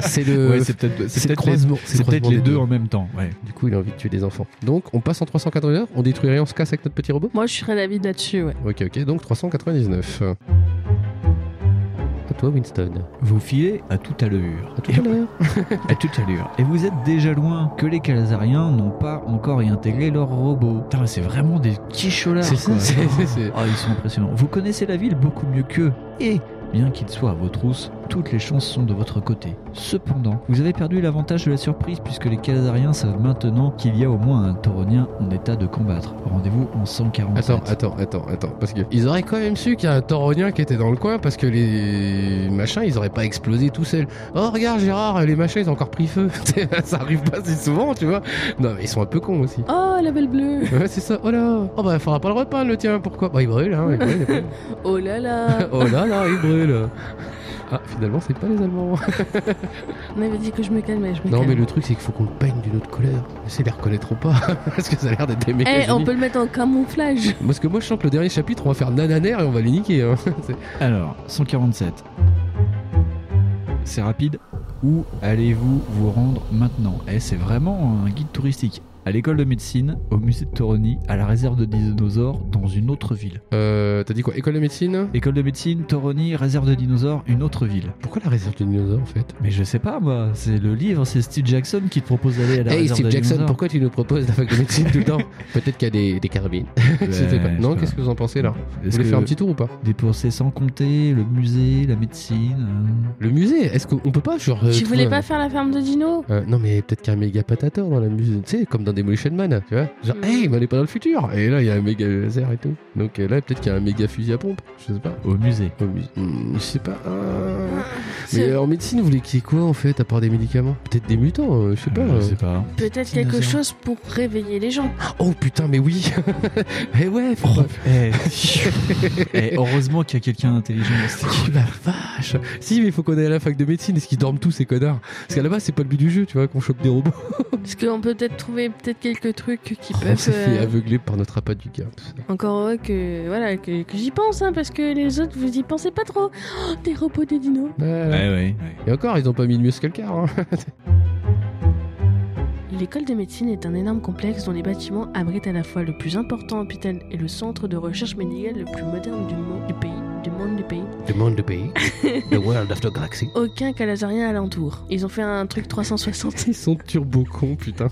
C: c'est le,
E: ouais, c'est peut-être
C: c'est
E: Euh, c'est
C: le
E: peut-être les,
C: croisement.
E: c'est
C: le
E: peut-être
C: croisement
E: les
C: des
E: deux, hein. en même temps. Ouais.
C: Du coup, il a envie de tuer des enfants. Donc, on passe en 380 heures, on détruit rien, on se casse avec notre petit robot
B: Moi, je serais d'avis là-dessus, ouais.
C: Ok, ok, donc 399. À toi, Winston.
E: Vous filez à toute allure.
C: À tout à l'heure.
E: À toute allure. Et vous êtes déjà loin que les Calazariens n'ont pas encore y intégré leurs robots. Putain, mais c'est vraiment des quicholards.
C: C'est-
E: quoi.
C: c'est- c'est- c'est-
E: Ah, ils sont impressionnants. Vous connaissez la ville beaucoup mieux qu'eux. Et, bien qu'ils soient à vos trousses, toutes les chances sont de votre côté. Cependant, vous avez perdu l'avantage de la surprise puisque les Calazariens savent maintenant qu'il y a au moins un Tauronien en état de combattre. Rendez-vous en 147.
C: Attends, attends, attends, attends, parce que ils auraient quand même su qu'il y a un tauronien qui était dans le coin parce que les machins ils auraient pas explosé tout seuls. Oh regarde Gérard, les machins ils ont encore pris feu. Ça arrive pas si souvent, tu vois. Non mais ils sont un peu cons aussi.
B: Oh, la belle bleue
C: Ouais, c'est ça. Oh là. Oh bah faudra pas le repeindre le tien. Pourquoi Bah il brûle, hein. Il brûle, il brûle.
B: Oh là là
C: oh là là, il brûle. Ah finalement c'est pas les Allemands.
B: On avait dit que je me calmais, je me
C: Non
B: calme.
C: mais le truc c'est qu'il faut qu'on le peigne d'une autre couleur. C'est les reconnaître ou pas parce que ça a l'air d'être des mecs.
B: Eh, on peut le mettre en camouflage
C: Parce que moi je sens que le dernier chapitre on va faire nananaire et on va les niquer. Hein. C'est-
E: Alors, 147. C'est rapide. Où allez-vous vous rendre maintenant Eh, c'est vraiment un guide touristique. À l'école de médecine, au musée de Toroni, à la réserve de dinosaures, dans une autre ville.
C: Euh, T'as dit quoi École de médecine
E: École de médecine, Toroni, réserve de dinosaures, une autre ville.
C: Pourquoi la réserve des dinosaures en fait
E: Mais je sais pas, moi, c'est le livre, c'est Steve Jackson qui te propose d'aller à la
C: Hey
E: réserve
C: Steve
E: de
C: Jackson,
E: dinosaures.
C: pourquoi tu nous proposes la fac de médecine tout le temps Peut-être qu'il y a des, des carabines.
E: Ouais,
C: Je sais pas.
E: je
C: Non,
E: sais
C: qu'est-ce
E: pas.
C: que vous en pensez là Vous
E: Est-ce
C: voulez
E: que
C: faire un petit tour ou pas
E: dépenser sans compter, le musée, la médecine
C: Le musée, est-ce qu'on peut pas genre. euh,
B: Tu
C: trouver
B: voulais
C: un-
B: pas faire la ferme de Dino
C: Euh, non mais peut-être qu'il y a un méga patateur dans la musée, tu sais, comme dans Demolition Man, tu vois. Genre,
B: Mm.
C: hey, mais on est pas dans le futur Et là, il y a un méga laser et tout. Donc euh, là, peut-être qu'il y a un méga fusil à pompe, je sais pas.
E: euh, Au musée.
C: Au musée. Hmm, je sais pas. euh, Mais
B: Ah, C'est
C: euh, en médecine, vous voulez qu'il y ait quoi en fait, à part des médicaments Peut-être des mutants, euh, je sais pas.
E: Euh,
C: euh.
E: je sais pas.
B: Peut-être quelque
E: Dinosaure.
B: chose pour réveiller les gens.
C: Oh putain, mais oui Eh ouais, faut pas-
E: Eh, eh, heureusement qu'il y a quelqu'un d'intelligent dans cette équipe.
C: Oh la vache Si mais il faut qu'on aille à la fac de médecine, est-ce qu'ils dorment tous ces connards Parce qu'à la base c'est pas le but du jeu, tu vois, qu'on chope des robots.
B: Parce qu'on peut peut-être trouver peut-être quelques trucs qui
C: Oh,
B: peuvent.
C: c'est fait
B: euh,
C: aveuglé par notre appât du gars.
B: Encore heureux que voilà que, que j'y pense hein, parce que les autres vous y pensez pas trop. Oh, des robots de dinos.
E: Ouais, ouais, ouais.
C: Et encore, ils ont pas mis de mieux que le quart. hein.
B: L'école de médecine est un énorme complexe dont les bâtiments abritent à la fois le plus important hôpital et le centre de recherche médicale le plus moderne du monde du pays. Du monde du pays.
C: The monde, the pays. The world of the galaxy.
B: Aucun calazarien alentour. Ils ont fait un truc 360.
C: Ils sont turbo cons, putain.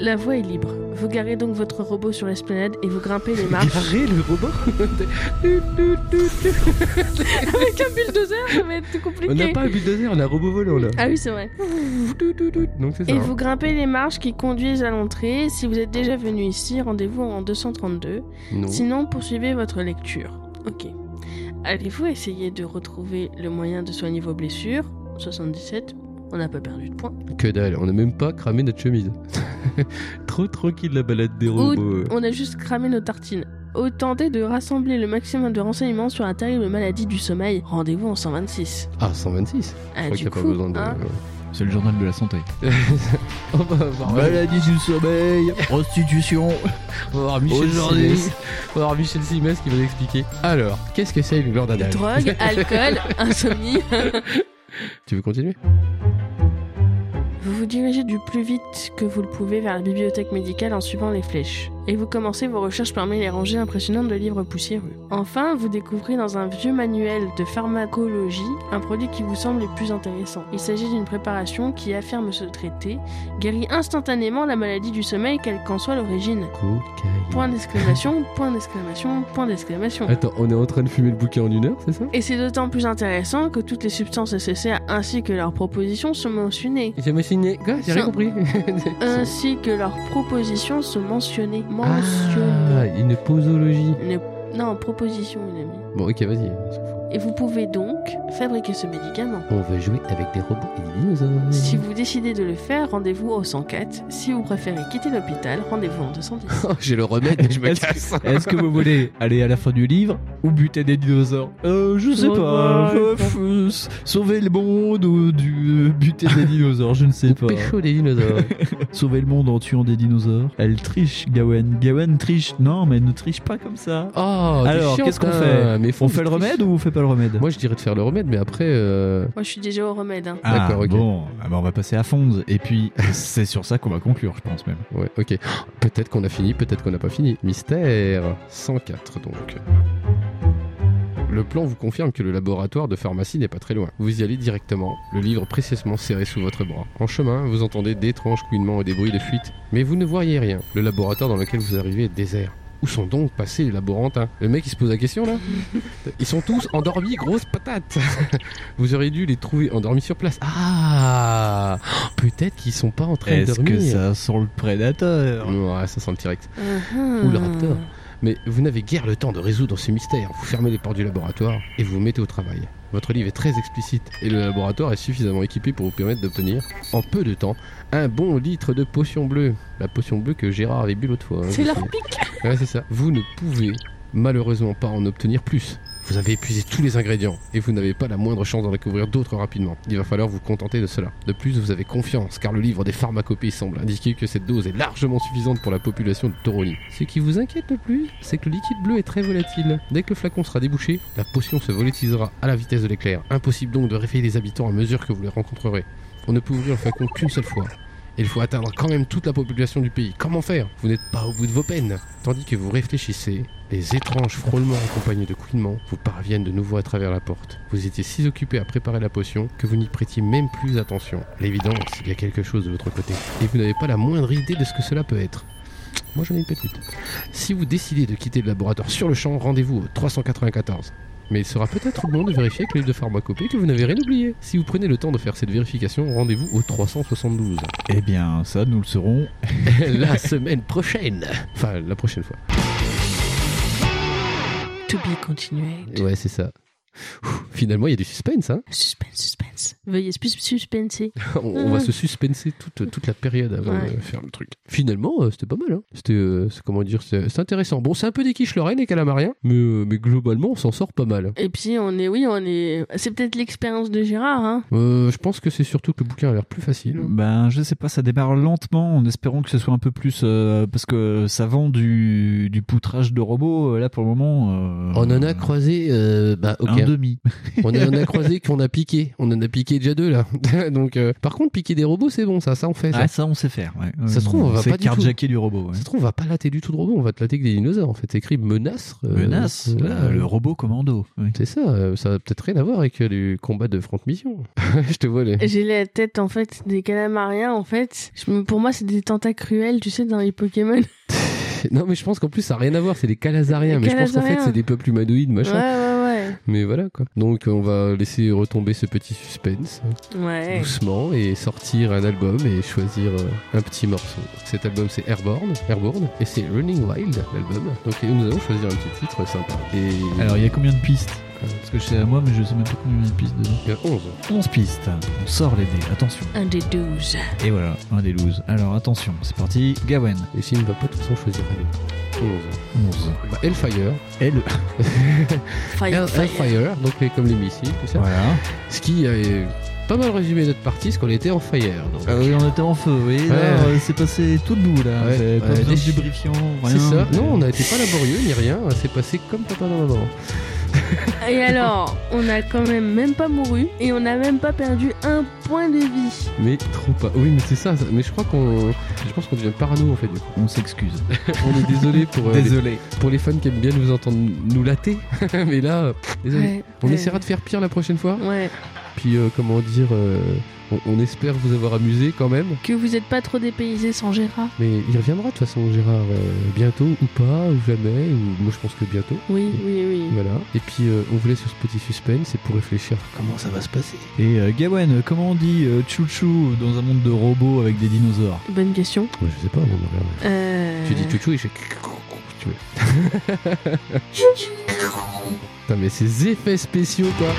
B: La voie est libre. Vous garez donc votre robot sur l'esplanade et vous grimpez les marches.
C: Garé le robot Du, du, du, du.
B: Avec un bulldozer, ça va être compliqué.
C: On n'a pas un bulldozer, on a un robot volant là.
B: Ah oui, c'est vrai.
C: Du, du, du. Donc c'est ça.
B: Et
C: hein.
B: vous grimpez les marches qui conduisent à l'entrée. Si vous êtes déjà venu ici, rendez-vous en 232.
C: Non.
B: Sinon, poursuivez votre lecture. Ok. Allez-vous essayer de retrouver le moyen de soigner vos blessures 77. On n'a pas perdu de points.
C: Que dalle, on n'a même pas cramé notre chemise. Trop tranquille la balade des robots.
B: On a juste cramé nos tartines. Au tenter de rassembler le maximum de renseignements sur la terrible maladie du sommeil, rendez-vous en 126.
C: Ah, 126
B: Ah,
C: Je crois qu'il n'y
B: du
C: a
B: coup,
C: pas besoin de.
B: hein,
E: C'est le journal de la santé.
C: on va avoir
E: Maladie du sommeil, prostitution.
C: on va avoir Michel
E: Aujourd'hui.
C: Simès. On va avoir Michel Simès qui va nous expliquer. Alors, qu'est-ce que c'est le lordadal
B: drogue, alcool, insomnie.
C: Tu veux continuer
B: Vous vous dirigez du plus vite que vous le pouvez vers la bibliothèque médicale en suivant les flèches, et vous commencez vos recherches parmi les rangées impressionnantes de livres poussiéreux. Enfin, vous découvrez dans un vieux manuel de pharmacologie un produit qui vous semble le plus intéressant. Il s'agit d'une préparation qui affirme se traiter, guérit instantanément la maladie du sommeil quelle qu'en soit l'origine.
C: Cocaïne.
B: Point d'exclamation, point d'exclamation, point d'exclamation.
C: Attends, on est en train de fumer le bouquin en une heure, c'est ça
B: Et c'est d'autant plus intéressant que toutes les substances nécessaires ainsi que leurs propositions sont mentionnées.
C: Je me suis Quoi J'ai rien
B: Ça-
C: compris.
B: ainsi que leurs propositions sont mentionnées.
C: ah,
B: Mentionnées.
C: une posologie.
B: Une- Non, proposition, mon ami.
C: Bon, ok, vas-y. on s'en fout.
B: Et vous pouvez donc fabriquer ce médicament.
C: On va jouer avec des robots et des dinosaures.
B: Si vous décidez de le faire, rendez-vous au 104. Si vous préférez quitter l'hôpital, rendez-vous en 210.
C: Oh, J'ai le remède, mais je me
E: Est-ce-
C: casse.
E: Est-ce que vous voulez aller à la fin du livre ou buter des dinosaures Euh, je sais
B: Ouais,
E: pas.
B: ouais,
E: euh, f- euh, sauver le monde ou du, euh, buter des dinosaures, je ne sais pas.
C: Pécho des dinosaures.
E: Sauver le monde en tuant des dinosaures. Elle triche, Gawen. Gawen triche. Non, mais elle ne triche pas comme ça.
C: Oh, t'es
E: Alors,
C: chiante,
E: qu'est-ce qu'on
C: hein.
E: fait
C: Mais faut-
E: On fait le remède ou on fait pas le remède
C: Moi, je dirais de faire le remède, mais après. euh,
B: Moi, je suis déjà au remède. hein.
E: Ah,
C: d'accord, ok.
E: bon, ah bah on va passer à Fonz. Et puis, c'est sur ça qu'on va conclure, je pense même.
C: Ouais, ok. Peut-être qu'on a fini, peut-être qu'on n'a pas fini. Mystère 104 donc. Le plan vous confirme que le laboratoire de pharmacie n'est pas très loin. Vous y allez directement, le livre précieusement serré sous votre bras. En chemin, vous entendez d'étranges couinements et des bruits de fuite, mais vous ne voyez rien. Le laboratoire dans lequel vous arrivez est désert. Où sont donc passés les laborantins Le mec il se pose la question là Ils sont tous endormis, grosse patate Vous auriez dû les trouver endormis sur place. Ah Peut-être qu'ils sont pas en train de
E: Est-ce
C: dormir.
E: que ça sent le
B: Hein.
E: prédateur
C: Ouais, ça sent le T-Rex.
B: Ah,
C: Uh-huh. Ou le
B: ah.
C: raptor. Mais vous n'avez guère le temps de résoudre ce mystère. Vous fermez les portes du laboratoire et vous vous mettez au travail. Votre livre est très explicite et le laboratoire est suffisamment équipé pour vous permettre d'obtenir, en peu de temps, un bon litre de potion bleue. La potion bleue que Gérard avait bu l'autre fois. hein,
B: C'est
C: je
B: leur
C: sais.
B: pique.
C: Ouais, c'est ça. Vous ne pouvez malheureusement pas en obtenir plus. Vous avez épuisé tous les ingrédients et vous n'avez pas la moindre chance d'en découvrir d'autres rapidement. Il va falloir vous contenter de cela. De plus, vous avez confiance car le livre des pharmacopées semble indiquer que cette dose est largement suffisante pour la population de Tauroni. Ce qui vous inquiète le plus, c'est que le liquide bleu est très volatile. Dès que le flacon sera débouché, la potion se volatilisera à la vitesse de l'éclair. Impossible donc de réveiller les habitants à mesure que vous les rencontrerez. On ne peut ouvrir le flacon qu'une seule fois. Et il faut atteindre quand même toute la population du pays. Comment faire Vous n'êtes pas au bout de vos peines. Tandis que vous réfléchissez, les étranges frôlements accompagnés de couinements vous parviennent de nouveau à travers la porte. Vous étiez si occupé à préparer la potion que vous n'y prêtiez même plus attention. À L'évidence, il y a quelque chose de l'autre côté. Et vous n'avez pas la moindre idée de ce que cela peut être. Moi j'en ai une petite. Si vous décidez de quitter le laboratoire sur le champ, rendez-vous au 394. Mais il sera peut-être bon de vérifier avec le livre de pharmacopée que vous n'avez rien oublié. Si vous prenez le temps de faire cette vérification, rendez-vous au 372
E: Eh bien, ça, nous le saurons.
C: la semaine prochaine. Enfin, la prochaine fois.
B: To be continued.
C: Ouais, c'est ça. Ouh, Finalement, il y a du suspense. Hein
B: Suspense, suspense. Veuillez sus- suspenser.
C: on, on va se suspenser toute, toute la période avant
B: Ouais.
C: de faire le truc. Finalement, euh, c'était pas mal. Hein c'était, euh, c'est- comment dire, c'est c'est intéressant. Bon, c'est un peu des quiches Lorraine et Calamarien, mais, euh, mais globalement, on s'en sort pas mal.
B: Et puis on est, oui, on est. C'est peut-être l'expérience de Gérard, hein.
C: Euh, je pense que c'est surtout que le bouquin a l'air plus facile.
E: Ben, je sais pas, ça démarre lentement en espérant que ce soit un peu plus. euh, parce que ça vend du, du poutrage de robots, euh, là pour le moment. euh,
C: On en a croisé, euh, bah ok,
E: Un demi.
C: on en a croisé qu'on a piqué, on en a piqué déjà deux là. Donc, euh, par contre, piquer des robots, c'est bon, ça, ça on fait. Ça.
E: Ah, ça, on sait faire. Ouais.
C: Ça se trouve, on va
E: C'est
C: pas du tout.
E: carjacker du robot. ouais.
C: Ça se trouve, on va pas latter du tout de robot, on va te latter que des dinosaures. En fait, c'est écrit menace. euh,
E: Menace,
C: voilà.
E: euh, le robot commando. oui.
C: C'est ça, euh, ça a peut-être rien à voir avec euh, du combat de front mission. je te vois les.
B: J'ai la tête en fait des calamariens en fait. Je me- pour moi c'est des tentacs cruels, tu sais, dans les Pokémon.
C: Non, mais je pense qu'en plus ça a rien à voir, c'est des calazariens.
B: Des
C: Mais je pense qu'en fait
B: Calazariens.
C: c'est des peuples humanoïdes,
B: Ouais,
C: machin.
B: ouais,
C: Mais voilà quoi. Donc euh, on va laisser retomber ce petit suspense euh,
B: ouais. Ouais.
C: doucement et sortir un album et choisir euh, un petit morceau. Cet album c'est Airborne, Airborne et c'est Running Wild l'album. Donc et nous allons choisir un petit titre sympa. Et
E: Alors, il y a combien de pistes Parce que je sais à moi, mais je sais même pas combien il y a de pistes dedans.
C: il y a 11.
E: 11 pistes. On sort les dés, attention.
B: Un des douze.
E: Et voilà, un des loose. Alors, attention, c'est parti. Gawen,
C: Et s'il ne va pas, de toute façon choisir avec 11.
E: 11.
C: Bah, Hellfire,
E: Et le.
B: Fire,
C: Hell-
B: fire.
C: Hellfire, donc les- comme les missiles, tout ça.
E: Voilà.
C: Ce qui est pas mal résumé notre partie, c'est qu'on était en fire. donc.
E: Ah oui, on était en feu, oui.
C: Ouais.
E: Là, euh, c'est passé tout debout, là.
C: Ouais.
E: C'est
C: Ouais,
E: Pas besoin de
C: des-
E: lubrifiant, rien.
C: C'est ça. Non, on a été pas laborieux ni rien. C'est passé comme papa dans maman.
B: Et alors, on a quand même même pas mouru et on a même pas perdu un point de vie.
C: Mais trop pas. Oui, mais c'est ça. ça. Mais je crois qu'on. Je pense qu'on devient parano en fait. du coup.
E: On s'excuse.
C: On est désolé pour, euh,
E: Désolé.
C: les- pour les fans qui aiment bien nous entendre nous latter. mais là, euh, pff, désolé.
B: Ouais,
C: On
B: ouais.
C: essaiera de faire pire la prochaine fois.
B: Ouais.
C: Puis euh, comment dire. euh, on- on espère vous avoir amusé quand même.
B: Que vous êtes pas trop dépaysé sans Gérard.
C: Mais il reviendra de toute façon Gérard euh, bientôt ou pas ou jamais ou moi je pense que bientôt.
B: Oui, oui, oui.
C: Voilà. Et puis euh, on vous laisse sur ce petit suspense et pour réfléchir à comment ça va se passer.
E: Et euh, Gawen, comment on dit euh, chouchou dans un monde de robots avec des dinosaures
B: Bonne question.
C: Moi je sais pas, on regarde.
B: Euh...
C: Tu dis chouchou et je fais tu veux. Putain mais ces effets spéciaux quoi.